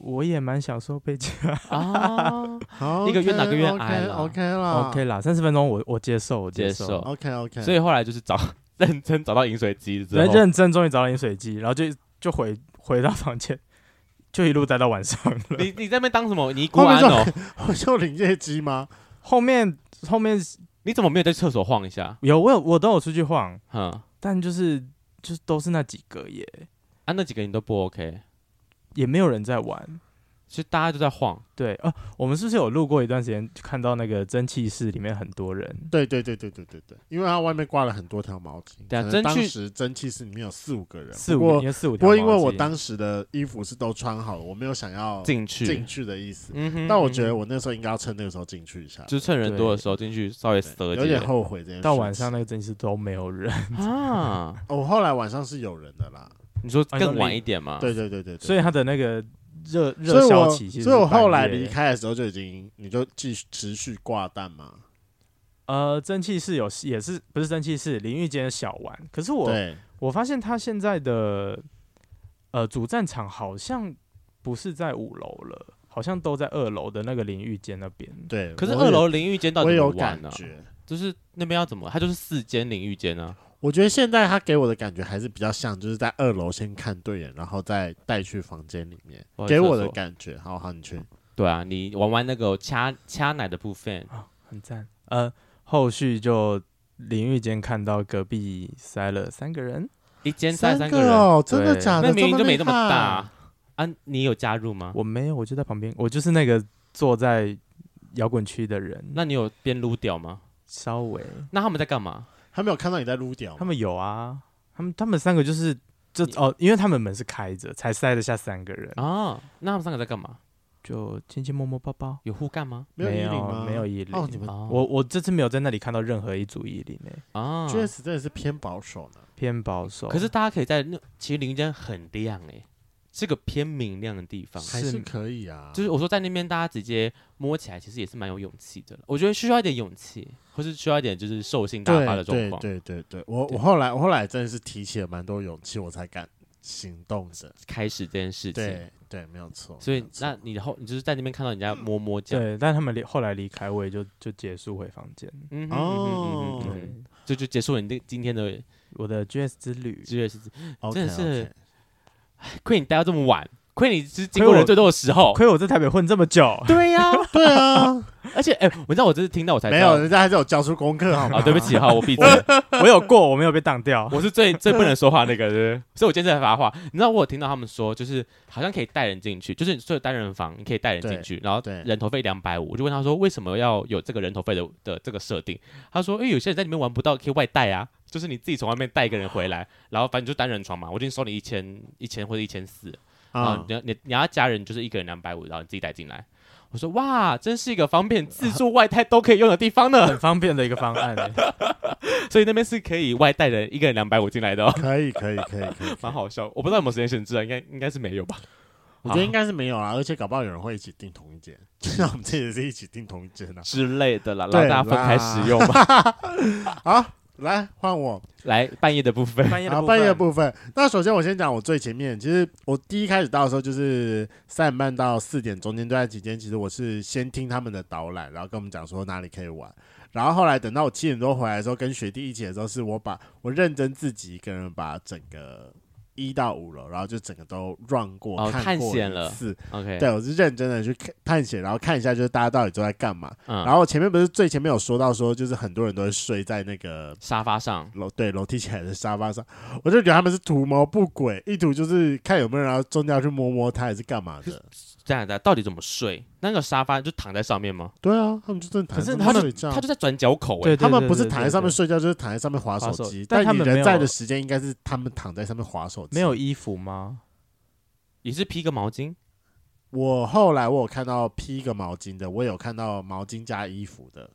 我也蛮享受被 这样。
啊，
好
一个愿打一个哎愿挨啦
OK 啦
OK 啦，三十分钟我我接受，我
接
受。
受。
OK OK，
所以后来就是找 认真找到饮水机之
人
后，
认真，终于找到饮水机，然后就就回回到房间，就一路待到晚上了。
你你在那边当什么尼姑
后面
庵
就
哦？
我就领业绩吗？
后面后面
你怎么没有在厕所晃一下？
有我有我都有出去晃，
哼、
但就是就是都是那几个耶，
啊，那几个人都不 OK，
也没有人在玩。
就大家都在晃。
对哦、我们是不是有路过一段时间，看到那个蒸汽室里面很多人？
对对对对对对对，因为他外面挂了很多条毛巾，
对啊
可能
蒸
当
汽
时蒸汽室里面有四五个人，
四
啊不
五
过
应该四五
不
条毛
过
巾。
因为我当时的衣服是都穿好了，我没有想要
进去，
进去的意思。
嗯哼
但我觉得我那时候应该要趁那个时候进去一下，
就是趁人多的时候进去稍
对
微塞
有点后悔这件事。
到晚上，那个蒸汽室都没有人，
啊。
我哦后来晚上是有人的啦。
你说
啊你说
更晚一点嘛？
对对对对对，
所以他的那个热
所
热
以
销
我
期其实
所以我
是半
后来
夜
离开的时候就已经，你就继续持续挂蛋嘛。
呃，蒸汽室有也是不是蒸汽室淋浴间的小玩，可是我
对，
我发现他现在的呃主战场好像不是在五楼了，好像都在二楼的那个淋浴间那边。
对，
可是
我也
二楼淋浴间到
我
底
也
怎
有
么玩啊
感
呢、
觉。
就是那边要怎么？它就是四间淋浴间啊。
我觉得现在他给我的感觉还是比较像，就是在二楼先看对眼，然后再带去房间里面
不好，意思
给我的
厕所
感觉。好好，你去。
对啊，你玩玩那个掐掐奶的部分，
很赞。呃，后续就淋浴间看到隔壁塞了三个人，
一间塞三
个
人，
哦，真的
对
假的？
那明明就没
这
那
么厉
么
害
大啊。啊你有加入吗？
我没有，我就在旁边，我就是那个坐在摇滚区的人。
那你有边撸屌吗？
稍微，
那他们在干嘛？
他没有看到你在撸屌吗，
他们有啊，他们他们三个就是就哦，因为他们门是开着，才塞得下三个人，
啊，那他们三个在干嘛？
就亲亲摸摸抱抱。
有互干吗？
没有
没
衣领
有
吗？
没有衣领
哦，你们
啊，
我我这次没有在那里看到任何一组衣领诶，
啊，
确实哦真的是偏保守呢。
偏保守。
可是大家可以在那，其实林间很亮哎、是个偏明亮的地方。
还是可以啊，
就是我说在那边，大家直接摸起来，其实也是蛮有勇气的了。我觉得需要一点勇气，或是需要一点就是兽性大
对
发的状
对
况，
对对对，我
对
我后来我后来真的是提起了蛮多勇气，我才敢行动的。
开始这件事情。
对对，没有错。
所
没
以
有，错
那你的后，你就是在那边看到人家摸摸这样，
对，但他们离后来离开，我也就就结束回房间。
嗯哼嗯哼嗯哼
哦
嗯
对
哼，，这就结束了你的今天的
我的 GS 之旅，
职业是，
OK，
真的是
OK
亏你待到这么晚，亏你是经过人最多的时候。
亏我在台北混这么久。
对呀、
对 啊，
而且哎、我知道我这次听到我才知
没
道
有，人家还是有交出功 课好吗？
啊，对不起哈，我闭嘴。
我有过，我没有被当掉。
我是最最不能说话那个，对不对所以我今天才发话。你知道我有听到他们说，就是好像可以带人进去，就是所有单人房你可以带人进去，然后
对
人头费两百五。我就问他说，为什么要有这个人头费的的这个设定？他说，因为有些人在里面玩不到，可以外带啊，就是你自己从外面带一个人回来，然后反正就单人床嘛，我已经收你一千一千或者一千四，然后
啊
你要你你要加人就是一个人两百五，然后你自己带进来。我说哇，真是一个方便自助外带都可以用的地方 呢。
很方便的一个方 案、欸。
所以那边是可以外带人一个人两百五进来的、哦，
可以可以可以可 以，
蛮好笑。我不知道有没有时间限制啊，应该应该是没有吧。
我觉得应该是没有啦，而且搞不好有人会一起订同一间， 就像我们这也是一起订同一间啊。
之类的啦，让
对
大家分开
啦
使用吧。
好，来换我，
来半夜的部分，
半夜
好，
的
半夜的
部
部分。啊那首先我先讲我最前面，其实我第一开始到的时候就是三点半到四点中间这段期间，其实我是先听他们的导览，然后跟我们讲说哪里可以玩。然后后来等到我七点多回来的时候，跟学弟一起的时候，是我把我认真自己一个人把整个一到五楼，然后就整个都 run 过、
哦
看
探
过
险
一
了
次。
OK，
对，我是认真的去看探险，然后看一下就是大家到底都在干嘛。
嗯，
然后前面不是最前面有说到说，就是很多人都会睡在那个
沙发上，
楼对楼梯起来的沙发上，我就觉得他们是图谋不轨，意图就是看有没有人要中间要去摸摸它，还是干嘛的？
这样的到底怎么睡？那个沙发就躺在上面吗？
对啊，他们就正躺
可是
在上
他
面
就
睡觉
他。就在转角口哎、
对
他们不是
对对
躺在上面
对对
睡觉，就是躺在上面划
划
手
手
机。
但他
你
们没
人
有
在的时间，应该是他们躺在上面划手机。
没有，衣服吗？
也是披个毛巾，
我后来我有看到披一个毛巾的，我有看到毛巾加衣服的，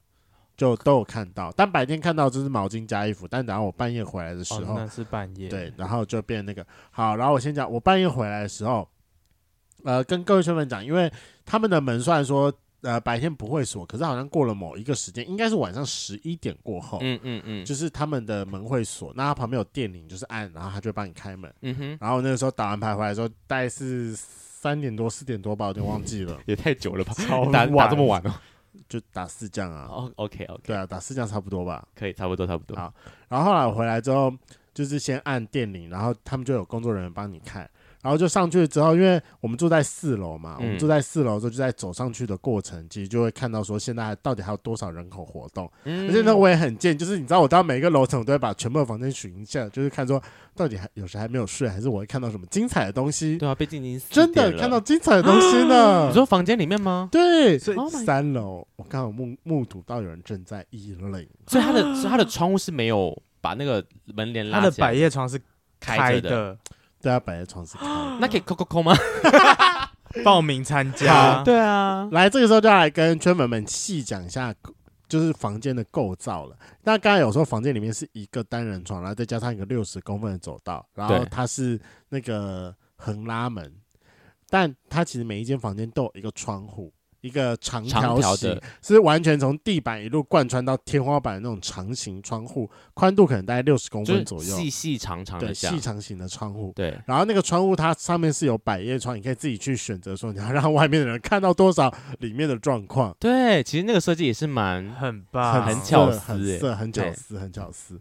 就都有看到。但白天看到就是毛巾加衣服，但然后我半夜回来的时
哦，
候，
那是半夜。
对，，然后就变那个好。然后我先讲，我半夜回来的时候，呃，跟各位圈粉讲，因为他们的门虽然说呃白天不会锁，可是好像过了某一个时间，应该是晚上十一点过后，
嗯嗯嗯，
就是他们的门会锁。那它旁边有电铃，就是按，然后他就会帮你开门。
嗯哼，
然后那个时候打完牌回来的时候，大概是三点多四点多吧，我有点忘记了，
也太久了吧，
超
打打
晚
这么晚哦。
就打四将啊，
哦，OK OK，
对啊，打四将差不多吧。
可以，差不多差不多
好。然后后来我回来之后，就是先按电铃，然后他们就有工作人员帮你看，然后就上去之后，因为我们住在四楼嘛，
嗯
我们住在四楼之后，就在走上去的过程，其实就会看到说现在还到底还有多少人口活动。
嗯
而且呢，我也很贱，就是你知道，我到每一个楼层，我都会把全部的房间巡一下，就是看说到底还有谁还没有睡，还是我会看到什么精彩的东西。
对啊，啊被静静
真的看到精彩的东西呢
你。说房间里面吗？
对，
所以
Oh my-
三楼，我刚好目目睹到有人正在 E 异类，
所以他的
啊
所以他的窗户是没有把那个门帘
他
拉
的
起
百
来，
叶窗是
开
开
着
的，
对他摆在床上看。
那可以扣扣扣吗？
报名参 加。
对啊，
来，这个时候就来跟圈粉们细讲一下，就是房间的构造了。那刚才有说房间里面是一个单人床，然后再加上一个六十公分的走道，然后
对
它是那个横拉门，但它其实每一间房间都有一个窗户，一个长
长
条
条
形
的，
是完全从地板一路贯穿到天花板的那种长形窗户，宽度可能大概六十公
就
分
是
左右，
细细长长
对，
的这
细
样，
长型的窗户。
对，
然后那个窗户它上面是有百叶窗，你可以自己去选择说你要让外面的人看到多少里面的状况，
对，其实那个设计也是蛮
很棒，
很
色
巧思
很
欸
色，很巧
对
思，很巧思。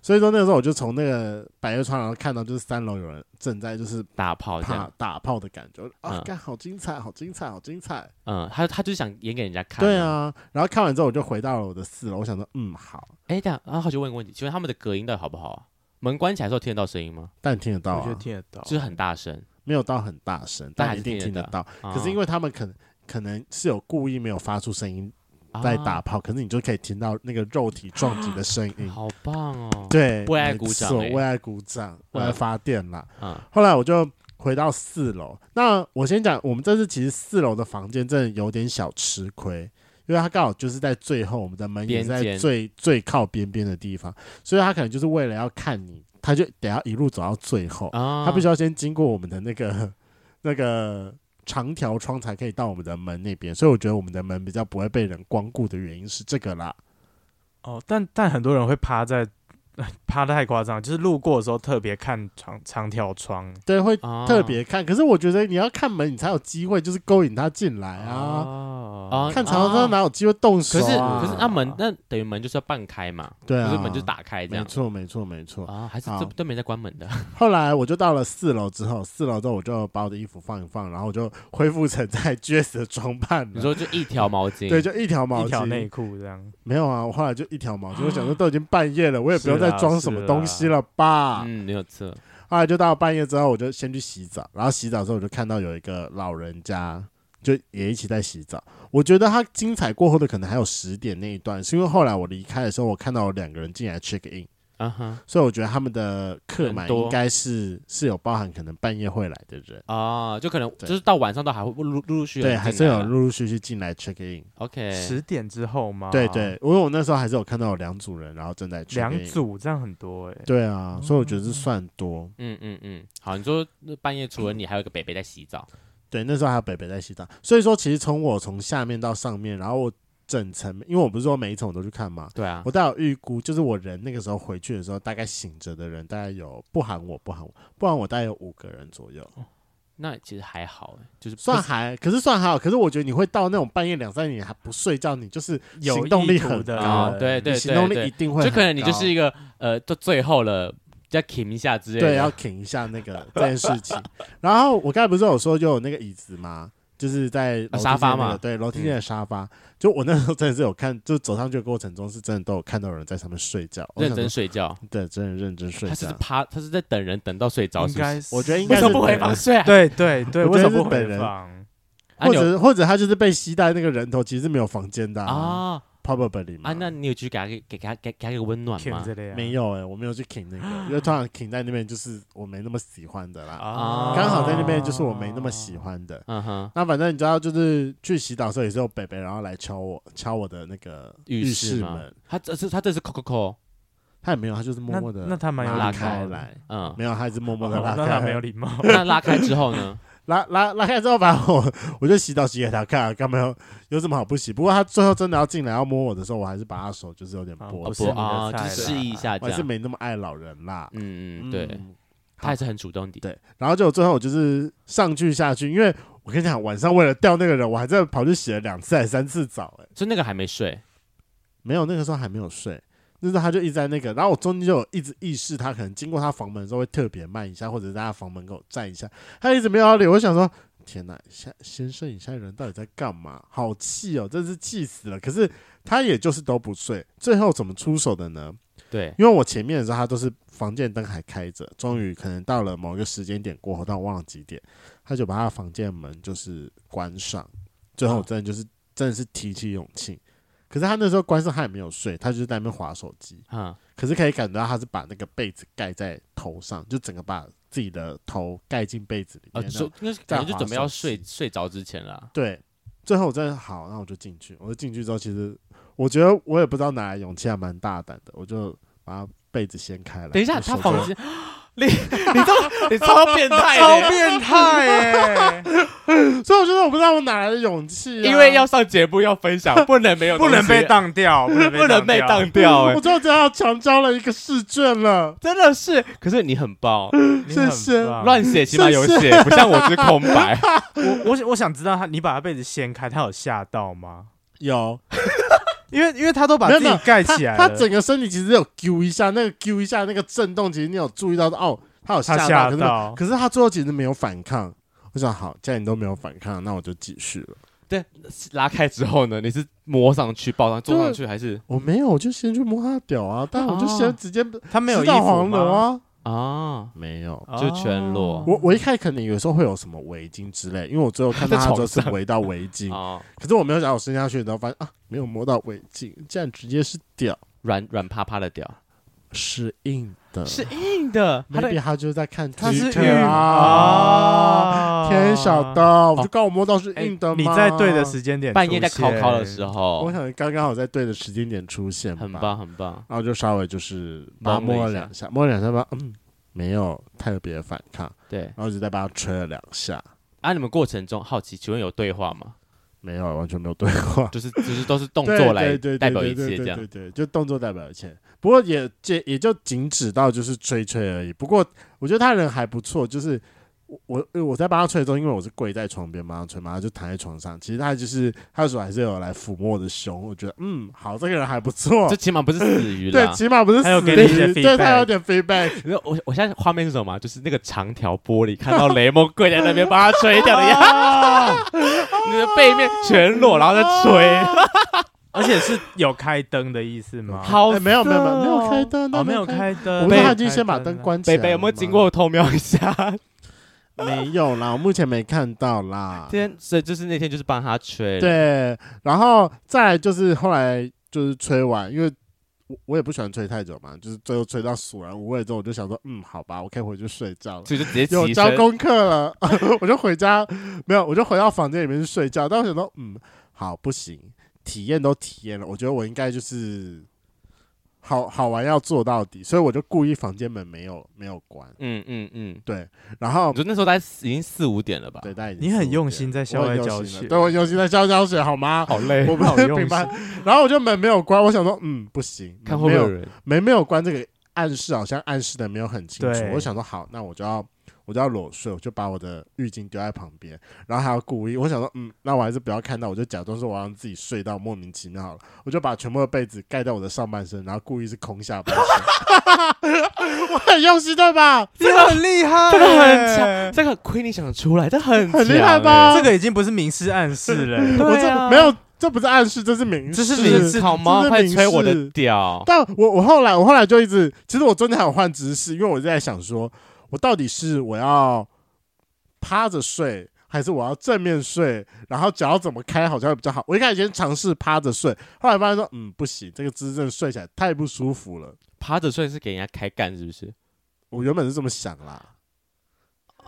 所以说那个时候我就从那个百叶窗，然后看到就是三楼有人正在就是
打炮这
打
样，
打炮的感觉啊，
嗯
干好精彩，好精彩，好精彩。
嗯，他他就是想演给人家看，
对，啊，然后看完之后我就回到了我的四楼，我想说嗯好，
哎，这样，然后好奇问一个问题，请问他们的隔音到底好不好啊？门关起来的时候听得到声音吗？
但听得到
我觉得
啊，
听得到
就。是很大声，啊
没有到很大声，
但
但
还
一
是
定
听
听
得
得到。可是因
为
为他们可能可能是有故意没有发出声音在
啊
打嗯炮，可是你就可以听到那个肉体撞击的声音。
哦好棒哦，
对，
为爱
没
鼓掌
错
欸
为爱鼓掌，为爱
嗯
发电啦。
嗯，
后来我就回到四楼。那我先讲，我们这次其实四楼的房间真的有点小吃亏，因为它刚好就是在最后，我们的门也是
边
在
间
最最靠边边的地方，所以他可能就是为了要看你，他就得要一路走到最后，
啊，
他必须要先经过我们的那个 那个。长条窗才可以到我们的门那边，所以我觉得我们的门比较不会被人光顾的原因是这个啦。
哦，但但很多人会趴在， 趴的太夸张，就是路过的时候特别看长长条窗。
对，会
啊
特别看。可是我觉得你要看门，你才有机会，就是勾引他进来啊。
啊
啊
看长常哪有机会动手
可是
啊？
可是哎那门那等于门就是要半开嘛，
对
不
啊，
是门就打开这
没
样
错，没错，没错。
啊，还是
好
都都没在关门的，
后来我就到了四楼之后，四楼之后我就把我的衣服放一放，然后我就恢复成在 Jess 的装扮
你
了。
说就一条毛巾，
对，就一条毛
一条内
巾，
裤这样，
没有啊。我啊后来就一条毛巾，我想说都已经半夜了，我也不用
是
再
啦
装什么东西了吧。
嗯，没有错，
后来就到半夜之后，我就先去洗澡，然后洗澡之后我就看到有一个老人家，就也一起在洗澡。我觉得他精彩过后的可能还有十点那一段，是因为后来我离开的时候，我看到有两个人进来 check in，
嗯哼，
所以我觉得他们的客满
很多
应该是是有包含可能半夜会来的人，
啊，就可能
对
就是到晚上都还会陆陆陆续
对，还是有
陆
陆陆续续进来 check in。
OK，
十点之后吗？
对对，因为我那时候还是有看到有两组人，然后正在 check
两
in。
组这样很多哎、
对啊，所以我觉得是算多。
嗯嗯嗯，好，你说那半夜除了你，还有一个北北在洗澡，
对，那时候还有北北在洗澡，所以说其实从我从下面到上面，然后我整层，因为我不是说每一层我都去看嘛，
对啊
我，大概有预估，就是我人那个时候回去的时候，大概醒着的人大概有不喊我不喊我，不喊我大概有五个人左右，
那其实还好，哦欸就是不
算还可是算还好，可是我觉得你会到那种半夜两三点还不睡觉，你就是
有
行动力很
意图的
高
哦，对对
你行动
对
力一
对，
定会
就
很高，
可能你就是一个呃，到最后了，要 kim 一下之类的，
对要停一下那个这件事情。然后我刚才不是有说就有那个椅子吗？就是在楼梯间
啊沙发
那个
嘛嗯
对，楼梯间的沙发。就我那时候真的是有看，就走上去的过程中是真的都有看到有人在上面睡觉，我
认
想
真
说
睡觉，
对，真的认真睡
他是
觉。
趴，他是在等人等到睡着，
应
是不是
该
我觉得应
为
该
什
是
么不回
本人
房睡啊？
对对对，
我
为
觉
什
得
么不
日本
回
人
房？
啊
或
你有
者或者他就是被吸带那个人头，其实是没有房间的啊
啊
，probably 嘛
啊，那你有去给他给给他给给他一个温暖
舔
吗？
着的呀，
没有哎、我没有去停那个， 因为通常停在那边就是我没那么喜欢的啦，
啊，
刚好在那边就是我没那么喜欢的。
嗯哼，
那反正你知道，就是去洗澡的时候也是有北北，然后来敲我敲我的那个
浴
室
室吗
门，？
他这是他这是扣扣扣，
他也没有，他就是默默的
那那他蛮有
拉
拉
礼
开
貌的，
来，
嗯，
没有，他也是默默的
哦
拉
那他
开，
没有礼 貌。
那拉开之后呢？
拉拉拉开之后，反正我我就洗澡洗给他看啊，干嘛有有什么好不洗？不过他最后真的要进来要摸我的时候，我还是把他手就是有点
啊
拨
不
开
是
不
你的
啊，就
菜
是
啦
示意一下
我
这
还是
样。
没那么爱老人啦。
嗯嗯，对，
嗯
他还是很主动的。
对，然后结果最后我就是上去下去，因为我跟你讲，晚上为了钓那个人，我还在跑去洗了两次还是三次澡、哎，
所以那个还没睡，
没有，那个时候还没有睡。那时候他就一直在那个，然后我中间就有一直意识他可能经过他房门的时候会特别慢一下，或者在他房门口站一下，他一直没有要理我。我想说，天哪，下先生，你现在人到底在干嘛？好气哦，真是气死了。可是他也就是都不睡，最后怎么出手的呢？
对，
因为我前面的时候，他都是房间灯还开着，终于可能到了某一个时间点过后，但我忘了几点，他就把他的房间门就是关上。最
嗯
后我真的就是、真的是提起勇气，可是他那时候关上，他也没有睡，他就是在那边划手机。
嗯，
可是可以感觉到他是把那个被子盖在头上，就整个把自己的头盖进被子里
呃，
面。那
就
种
那可能就
划
准备要
手机
睡睡着之前了啊。
对，最后我真的好，那我就进去。我就进去之后，其实我觉得我也不知道哪来勇气，还蛮大胆的，我就把他被子掀开来。
等一下，
我手
他
就
房间， 你你超你超变态
超
的，
变态哎、
所以我觉得我不知道我哪来的勇气、啊，
因为要上节目要分享，不能没有，
不能被，当掉，不能
不能被
当
当掉，
嗯
哎
我，最后真的要强交了一个试卷了。
真的是。可是你很棒，
谢谢
乱写起码有写，不像我是空白。
我我想我想知道他，你把他被子掀开，他有吓到吗？
有，
因为因为他都把自
没有
己
没有
盖
他
起来了，
他整个身体其实有揪一下，那个揪一下那个震动，其实你有注意到哦，他有吓到，
他吓
可是
到，
可是他最后其实没有反抗。我想好，既然你都没有反抗，那我就继续了。
对，拉开之后呢，你是摸上去、抱上、坐上去，还是
我没有，我就先去摸他的屌啊，但我就先
哦
直接
他没有
吃
衣
到
服
黄楼
吗？
啊，
啊？
没有。
哦
就全裸
我我一开始可能有时候会有什么围巾之类，因为我最后看到
在
他
床
就是
上
围到围巾，
哦，
可是我没有想到我伸下去，然后发现啊，没有摸到围巾，竟然直接是屌，
软软趴趴的屌，
是硬的。
是硬的，他的
maybe 他就在看
他是
Twitter
玉
啊，
啊
天小
的，
刀，我就告我摸到是
哎
硬的
你
吗
在对的，时间点，
半夜在考考的时
候，
我
候，
想刚刚好在对的时间点出现，
很。棒很棒。
然后就稍微就是把它
摸
摸
了一
了两下，摸了两下吧，嗯，没有特别反抗，
对，
然后就再把它吹了两下，
啊，你们过程中好奇，请问有对话吗？
没有，完全没有对话。
就是 就是都是动
对
作来
对对对
代表一
对
切
对
这样
对。对对，就动作代表一切。不过也也也就仅止到就是吹吹而已。不过我觉得他人还不错，就是我我我在帮他吹的时候，因为我是跪在床边帮他吹嘛，他就躺在床上。其实他就是他的手还是有来抚摸我的胸，我觉得嗯好，这个人还不错
这。起码不是死鱼
对，
啦。
起码不是
他有
死
给你一些
鱼
feedback
对他有点 feedback，
你知道我我现在画面是什么吗？就是那个长条玻璃，看到雷蒙跪在那边帮他吹掉的样 子，你的背面全裸，然后在吹，
而且是有开灯的意思吗？
好
哎没有没有没有没有
色哦
开灯，
哦，
那
没有
开
开灯，
我们
贝
说
贝
他已经先把灯关起来了
北
吗。
北有没有经过偷瞄一下？
没有啦，我目前没看到啦。
今天所以就是那天就是帮他吹，，
对，然后再来就是后来就是吹完，因为我我也不喜欢吹太久嘛，就是最后吹到索然无味之后，我就想说，嗯，好吧，我可以回去睡觉了。
所以就直接
有
起
交
身。
功课了， 我就回家，没有，我就回到房间里面去睡觉。但我想说，嗯，好，不行，体验都体验了，我觉得我应该就是好好玩要做到底，所以我就故意房间门没有没有关，
嗯嗯嗯，
对，然后
我觉得那时候大概已经四五点了吧。
对，但已经
你很
4-5
用
点
心
了
在校
我很
外
用
教
心了
学
对我很用心在校外教学，好吗？
好累
我
好
们
用
平
心。
凡哎然后我就门没有关，我想说，嗯，不行，
看
门
会
没
不会有
有
人。
门没有关这个暗示，好像暗示的没有很清楚。
对
我想说，好，那我就要我就要裸睡，我就把我的浴巾丢在旁边，然后还要故意，我想说，嗯，那我还是不要看到，我就假装说我让自己睡到莫名其妙好了，我就把全部的被子盖到我的上半身，然后故意是空下半身，我很用心对吧？
这个很厉害，
这个很强，，这个亏你想出来，这很
很厉
强
害
欸
吧
这个已经不是明示暗示了。
我
对
这
啊
没有，这不是暗示，这是明示，
这是明示好吗？
这是
快
明
吹我的
示
屌！
但我我后来我后来就一直，其实我中间还有换姿势，因为我在想说，我到底是我要趴着睡，还是我要正面睡，然后脚要怎么开好像会比较好。我一开始先尝试趴着睡，后来发现说，嗯，不行，这个姿势真的睡起来太不舒服了。
趴着睡是给人家开干是不是？
我原本是这么想啦，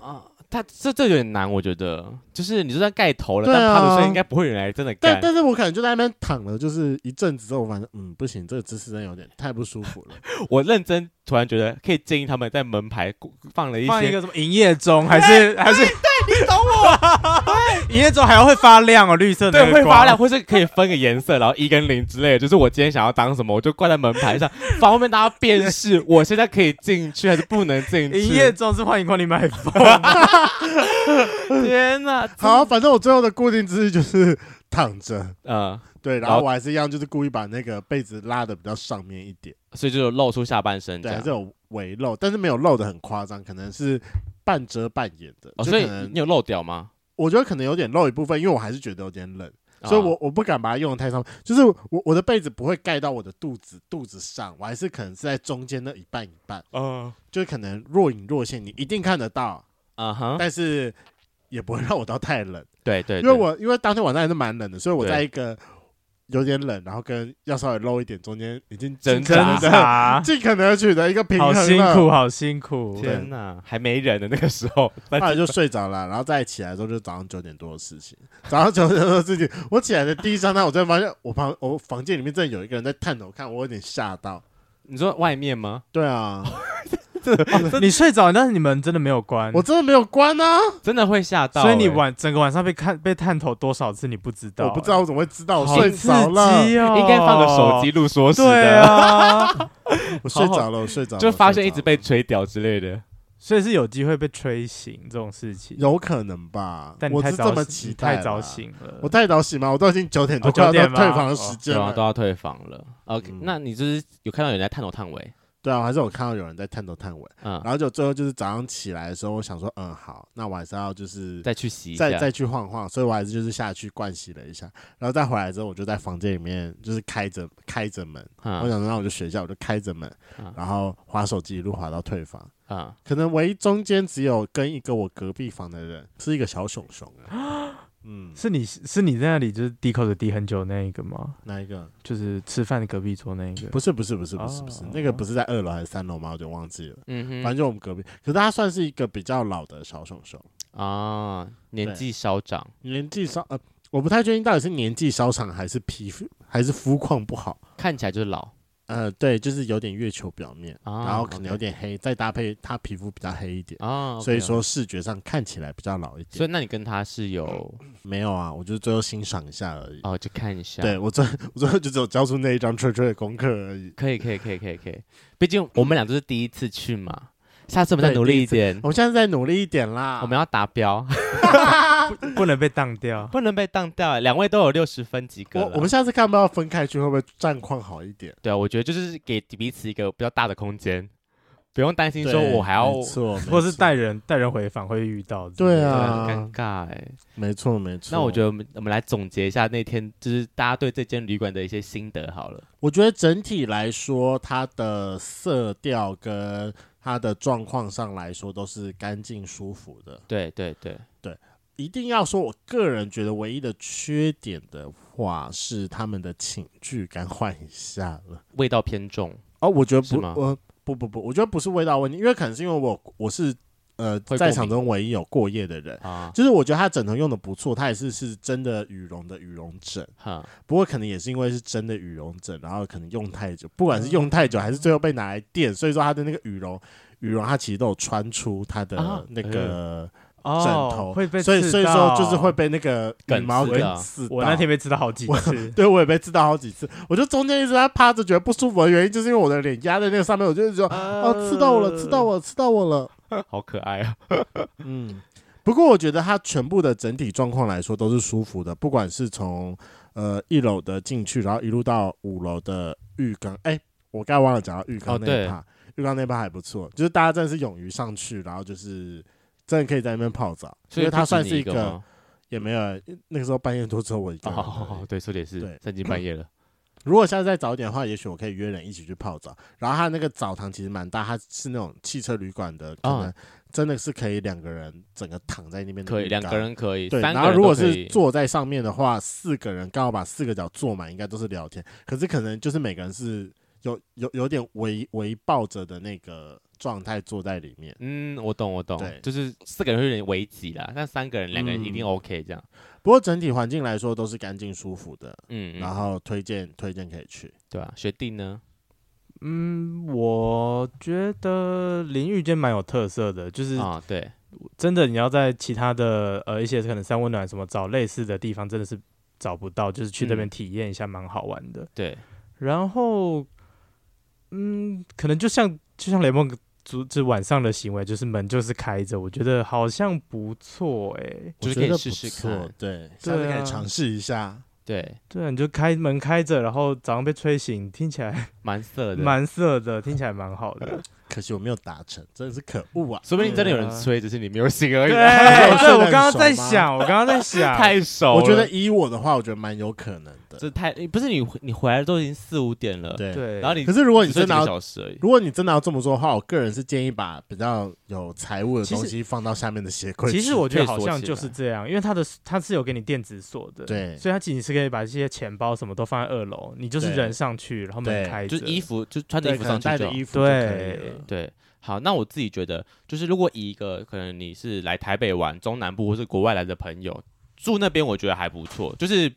啊，他这这有点难，我觉得，就是你就算盖头了，
对啊
但趴着睡应该不会有人来真的
但
干。
但是我可能就在那边躺了，就是一阵子之后，我发现，嗯，不行，这个姿势真的有点太不舒服了。
我认真突然觉得可以建议他们在门牌故放了一
放一
些，
个什么营业中，还是还是对，你懂 我。营业中还要会发亮哦，绿色的
对，
那个
会发
光
亮，。或是可以分个颜色，然后一跟零之类的。就是我今天想要当什么，我就挂在门牌上，方便大家 辨识。我现在可以进去还是不能进
哎
营业
去？
中是欢迎光临买房，
天 哪！
好，反正我最后的固定姿势就是躺着，
嗯，
对，然
然
后
后
我还是一样，就是故意把那个被子拉的比较上面一点。
所以就有露出下半身这
对，还
样
是。有微露，但是没有露的很夸张，可能是半遮半掩的。
哦，
就
所以
可能
你有露屌吗？
我觉得可能有点露一部分，因为我还是觉得有点冷，所以
啊
我我不敢把它用的太上面，就是我我的被子不会盖到我的肚子肚子上，我还是可能是在中间那一半一半，
嗯，
就是可能若隐若现，你一定看得到，
啊哈，
但是也不会让我到太冷，
对对，
因为
对
我因为当天晚上还是蛮冷的，所以我
对
在一个有点冷，然后跟要稍微露一点中间已经
挣
尽
真
可能的
的，啊
尽可能取得一个平衡
好
了。
辛苦，好辛苦。
天哪，还没人的那个时候，
后 来就睡着了，然后再起来的时候就早上九点多的事情。早上九点多的事情，我起来的第一刹那，我真的发现我旁我房间里面真的有一个人在探头看我，有点吓到。
你说外面吗？
对啊，
你睡着，但是你们真的没有关
我，真的没有关啊，
真的会吓到欸，
所以你晚整个晚上被看被探头多少次你不知道，
我不知道我怎么会知道，我
好
睡
刺
着了，
激哦
应该放个手机。录说时
对
的，
啊，
我睡着了，我睡着了，
就发现一直
我睡
被吹屌之类的。
所以是有机会被吹醒这种事情
着。了有可能吧？
但你
我
太
是
早
这么
醒
期
你
待，
太早，醒了。
我太早醒吗？我都已经九点多，
哦
快要到
9点吗哦
退房的时间
对啊，都
了。
要退房了。OK，、
嗯
那你就是有看到有人在探头探尾，
对啊，我还是有看到有人在探头探尾，
嗯，
然后就最后就是早上起来的时候，我想说，嗯，好，那我还是要就是
再去洗一下。
再再去晃晃，所以我还是就是下去盥洗了一下，然后再回来之后，我就在房间里面就是开着开着门，我
嗯
想说那我就学一下，我就开着门，
嗯
然后滑手机一路滑到退房，
嗯，
可能唯一中间只有跟一个我隔壁房的人是一个小熊熊啊， 嗯，
是你是你在那里就是低口水低很久那一个吗？
哪一个？
就是吃饭的隔壁桌那一个？
不是不是不是不是不是
哦，
那个不是在二楼还是三楼吗？我就忘记了，
嗯哼，
反正就我们隔壁，可是他算是一个比较老的小熊熊，
啊，年纪稍长，
年纪稍呃，我不太确定到底是年纪稍长还是皮肤还是肤况不好。
看起来就是老
呃，对，就是有点月球表面，
啊
然后可能有
OK
点黑，再搭配他皮肤比较黑一点，
啊。
所以
OK，OK，
说视觉上看起来比较老一
所
点。
以那你跟他是有
没有啊，我就是最后欣赏一下而已。
哦，就看一下。
对我最我最后就只有交出那一张吹吹的功课而已。
可以，可以，可以，可以，可以。毕竟我们俩都是第一次去嘛，下次我们再
对
努
第
力
一哦
一点，
我们现在再努力一点啦。
嗯我们要达标，
不不能被当掉。
不能被当掉欸。两位都有六十分及格
我
了
我们下次看不到分开去，会不会战况好一点？
对啊，我觉得就是给彼此一个比较大的空间，不用担心说
对
我还要
没错，没
或是
错
带人带人回访会遇到之类的，
对
对
啊
啊很尴尬哎、
没错没错。
那我觉得我们我们来总结一下那天就是大家对这间旅馆的一些心得好了。
我觉得整体来说，它的色调跟它的状况上来说都是干净舒服的。
对对对，
一定要说，我个人觉得唯一的缺点的话是他们的寝具该换一下了。
味道 偏重，
哦，我觉得
是
不，
吗
我不不不，我觉得不是味道问题，因为可能是因为我我是呃
过
在
敏
场中唯一有过夜的人。
啊，
就是我觉得他枕头用的不错，他也是是真的羽绒的羽绒枕，
哈，
不过可能也是因为是真的羽绒枕，然后可能用太久，不管是用太久还是最后被拿来垫，所以说他的那个羽绒羽绒它其实都有穿出它
啊
的那个枕头，
哦，会被
所以
刺
所以说就是
到
会。被那个羽
梗
毛
刺啊
给
到
刺到。
我那天被刺到好几次，
对，我也被刺到好几次。我就中间一直在趴着，觉得不舒服的原因，就是因为我的脸压在那个上面，我就是说，
啊
哦，刺到我了，刺到我了，刺到我了。
好可 爱啊！
嗯，不过我觉得它全部的整体状况来说都是舒服的，不管是从呃一楼的进去，然后一路到五楼的浴缸，哎，我刚才忘了讲到浴缸
哦
那
对
一趴，浴缸那一趴还不错，就是大家真的是勇于上去，然后就是真的可以在那边泡澡，
所
因
以
为它
不止
算
你
是
一个
个
吗
也没有啊那个时候半夜多之后我一个人而已。
哦，对，说的也是
对，
三更半 夜了，
如果下次再早一点的话，也许我可以约人一起去泡澡。然后它那个澡堂其实蛮大，它是那种汽车旅馆的，可
啊
能真的是可以两个人整个躺在那边的
可
浴
以两个
缸
人可以，
对。
三
然后
个人
如
都
果
可
是
以
坐在上面的话，四个人刚好把四个角坐满，应该都是聊天。可是可能就是每个人是有有有点围围抱着的那个状态坐在里面。
嗯，我懂我懂
对，
就是四个人会有点危急啦，但三个人两个人一定
嗯
OK 这样，
不过整体环境来说都是干净舒服的，
嗯，
然
嗯
后推荐推荐可以去。
对啊，学弟呢？
嗯，我觉得淋浴间蛮有特色的，就是
啊，对，
真的你要在其他的呃一些可能三温暖什么找类似的地方，真的是找不到，就是去那边
嗯
体验一下，蛮好玩的。
对，
然后，嗯，可能就像就像雷梦阻止晚上的行为，就是门就是开着，我觉得好像不错哎诶、
就是
我
可
觉
以
得
试
不
试
错
看，
对，下次
对
可以
啊
尝试一下。
对，
对啊，你就开门开着，然后早上被吹醒，听起来
蛮色的，
蛮色的，听起来蛮好的。
可惜我没有达成，真的是可恶啊！
说不定真的有人
对啊
催，只是你没有醒而已。
对，对啊
睡得
我
很
刚刚在
熟吗
想，我刚刚在想，
太熟了，
我觉得以我的话，我觉得蛮有可能的。
这太不是你你回来都已经四五点了，
对，
对，
然后你
可是如果你
只睡
真的
几
要，
个小时而已，
如果你真的要这么说的话，我个人是建议把比较有财务的
其实
东西放到下面的鞋柜去。
其实我觉得好
可以锁
像
起
就是
来
这样，因为它的它是有给你电子锁的，，
对
所以它仅是可以把这些钱包什么都放在二楼，你就是
对
人上去，然后门
对
开着，
就是衣服就穿着
对
衣服
可
上
能
去
带
就
着
好
衣服就可以
对
了。
对，好，那我自己觉得，就是如果以一个可能你是来台北玩中南部或是国外来的朋友住那边，我觉得还不错，就是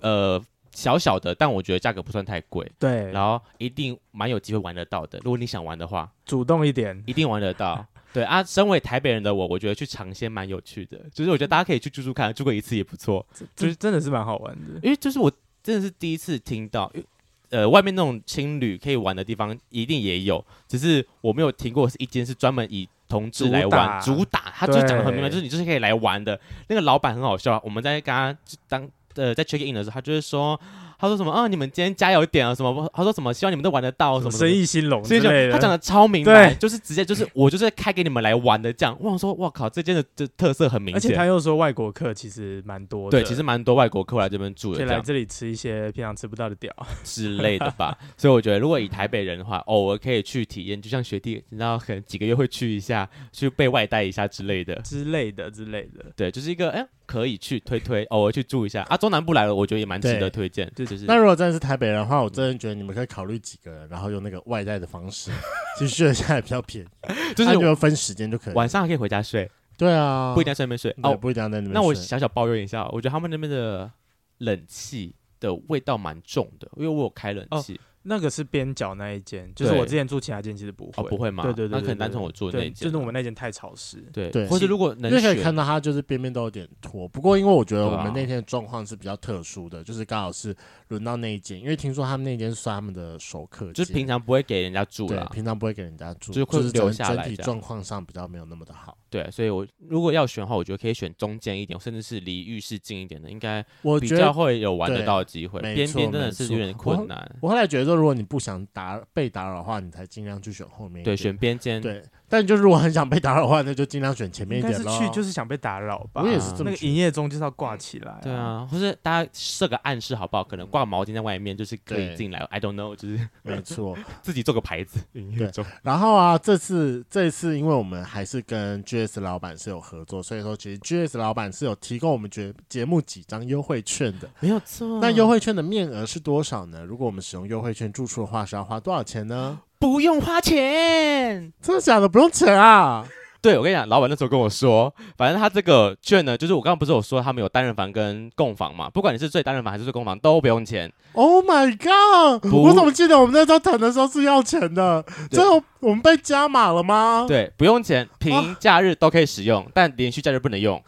呃小小的，但我觉得价格不算太贵，
对，
然后一定蛮有机会玩得到的。如果你想玩的话，
主动一点，
一定玩得到。对啊，身为台北人的我，我觉得去尝鲜蛮有趣的，就是我觉得大家可以去住住看，住过一次也不错。就
就是是真的是蛮好玩的。
因为就是我真的是第一次听到，因为呃，外面那种青旅可以玩的地方一定也有，只是我没有听过是一间是专门以同志来玩
主打
主打，他就是讲的很明白，
对
就是你就是可以来玩的。那个老板很好笑，我们在跟他当呃在 check in 的时候，他就会说，他说什么啊，你们今天加油一点啊什么，他说什么希望你们都玩得到什么
生。意兴隆
所
之
以就
类的，
他讲的超明白，
对
就是直接就是我就是开给你们来玩的这样。我想说，哇靠，这间的这特色很明
而且他
显，
又说外国客其实蛮多的，
对，其实蛮多外国客户来这边住的，
可以
这
来
样。
这里吃一些平常吃不到的屌，
之类的吧。 所以我觉得，如果以台北人的话，偶尔可以去体验，就像学弟，你知道，可能几个月会去一下，去被外带一下之类的。
之类的之类的。
对，就是一个哎、可以去推推，偶尔去住一下啊。中南部来了，我觉得也蛮值得
对
推荐。对，就是
那如果真的是台北人的
嗯
话，我真的觉得你们可以考虑几个人，然后用那个外带的方式，其实现在比较便宜，
就
啊你
是
们分时间就可以。
晚上还可以回家睡，
对啊，
不一定要在那边睡。
哦，
哦，
不一定要在那边睡。
那我小小抱怨一下，我觉得他们那边的冷气的味道蛮重的，因为我有开冷气。
那个是边角那一间，就是
对
我之前住其他间其实不
哦，
会，
不会吗？
对对对，
那可能
对
单
对
纯我住的那
对，
一
就
间啊
是我们那间太潮湿，
对，
对
或是如果
因为
能
可
选
以看到它就是边边都有点脱，不过因为我觉得我们
对啊
那天的状况是比较特殊的，就是刚好是轮到那一间，因为听说他们那间算他们的熟客间，
就是平常不会给人家住
对
啦，
平常不会给人家住，
就是会
是
留
整
下
整
来
体
这样
状况上比较没有那么的好。
对，所以我如果要选的话，我觉得可以选中间一点，甚至是离浴室近一点的，应该
我
比
觉
较
得
会有玩得
对
到的机会。
没
边边
错
真的
没
是
错
有点困难。
我后来觉得说如果你不想打被打扰的话，你才尽量去选后面一
对，
点。
选边间，
对，但就如果很想被打扰的话，那就尽量选前面
应
一
该
点
是
咯。
去就是想被打扰吧。
我也是这
那
么
个
觉
营业中就是要挂起来、
对，啊，或是大家设个暗示好不好？可能挂毛巾在外面，就是可以
嗯对
进来。I don't know，就是
得，没错。
自己做个牌子。
对然后啊，这次这次因为我们还是跟 GS 老板是有合作，所以说其实 GS 老板是有提供我们节节目几张优惠券的。
没有错。
那优惠券的面额是多少呢？如果我们使用优惠券住宿的话，是要花多少钱呢？
不用花钱。
真的假的？不用钱啊！
对，我跟你讲，老板那时候跟我说，反正他这个券呢，就是我刚刚不是有说他们有单人房跟共房嘛，不管你是最单人房还是最共房都不用钱。
Oh my god！
不
我怎么记得我们那时候谈的时候是要钱的？
对
最后我们被加码了吗？
对，不用
哦
钱，平假日都可以使用，但连续假日不能用。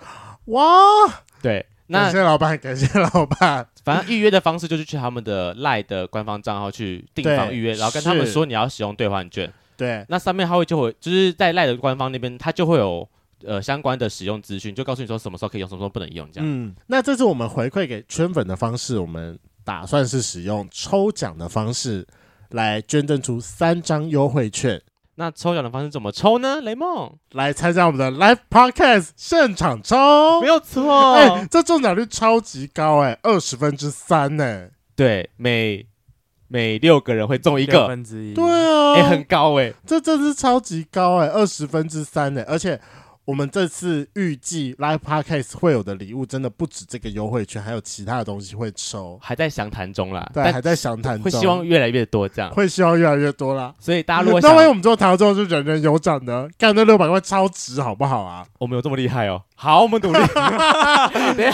哇！
对，那
感谢老板，感谢老板。
反正预约的方式就是去他们的赖的官方账号去订房
对
预约，然后跟他们
是
说你要使用兑换券，
对
那上面他会就会就是在赖的官方那边，他就会有呃相关的使用资讯，就告诉你说什么时候可以用，什么时候不能用这样。
嗯，那这次我们回馈给圈粉的方式，我们打算是使用抽奖的方式来捐赠出三张优惠券，
那抽奖的方式怎么抽呢？雷梦，
来参加我们的 Live Podcast 现场抽。
没有 错，
哎、这中奖率超级高哎、二十分之三哎呢、
对，每每六个人会中一
六
个，
分之一。
对啊，
哎、很高哎、
这真是超级高哎、二十分之三哎呢、而且我们这次预计 Live Podcast 会有的礼物真的不止这个优惠券，还有其他的东西会抽。
还在详谈中啦，
对，
但
还在详谈中，
会希望越来越多这样。
会希望越来越多啦。
所以大家如果
那
想，
万一我们做台之后是人人有奖的，干那六百块超值，好不好 啊？
我们有这么厉害哦，好，我们努力，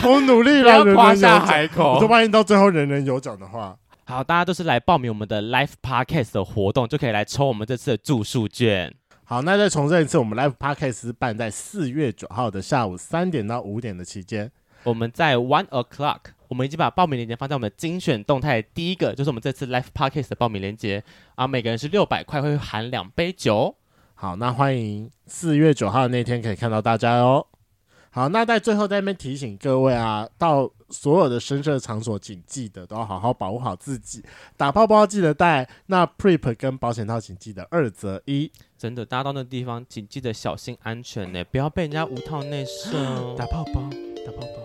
我努力
不
了，
要
人人
夸
有
下
奖。
海哦
我
口
都。万一到最后人人有奖的话，
好，大家都是来报名我们的 Live Podcast 的活动，就可以来抽我们这次的住宿券。
好，那再重申一次，我们 Live Podcast 是办在四月九号的下午三点到五点的期间。
我们在 One O'clock，我们已经把报名链接放在我们的精选动态的第一个，就是我们这次 Live Podcast 的报名链接啊，每个人是六百块，会含两杯酒。
好，那欢迎四月九号那天可以看到大家哦。好，那在最后在那边提醒各位啊，到所有的深色场所，请记得都要好好保护好自己，打泡泡记得带，那 Prep 跟保险套请记得二择一。
真的，大家到那个地方，请记得小心安全呢，不要被人家无套内射哦。
打泡泡，打泡泡。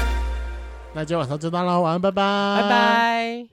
那今天晚上就到啦，晚安，拜拜，
拜。拜。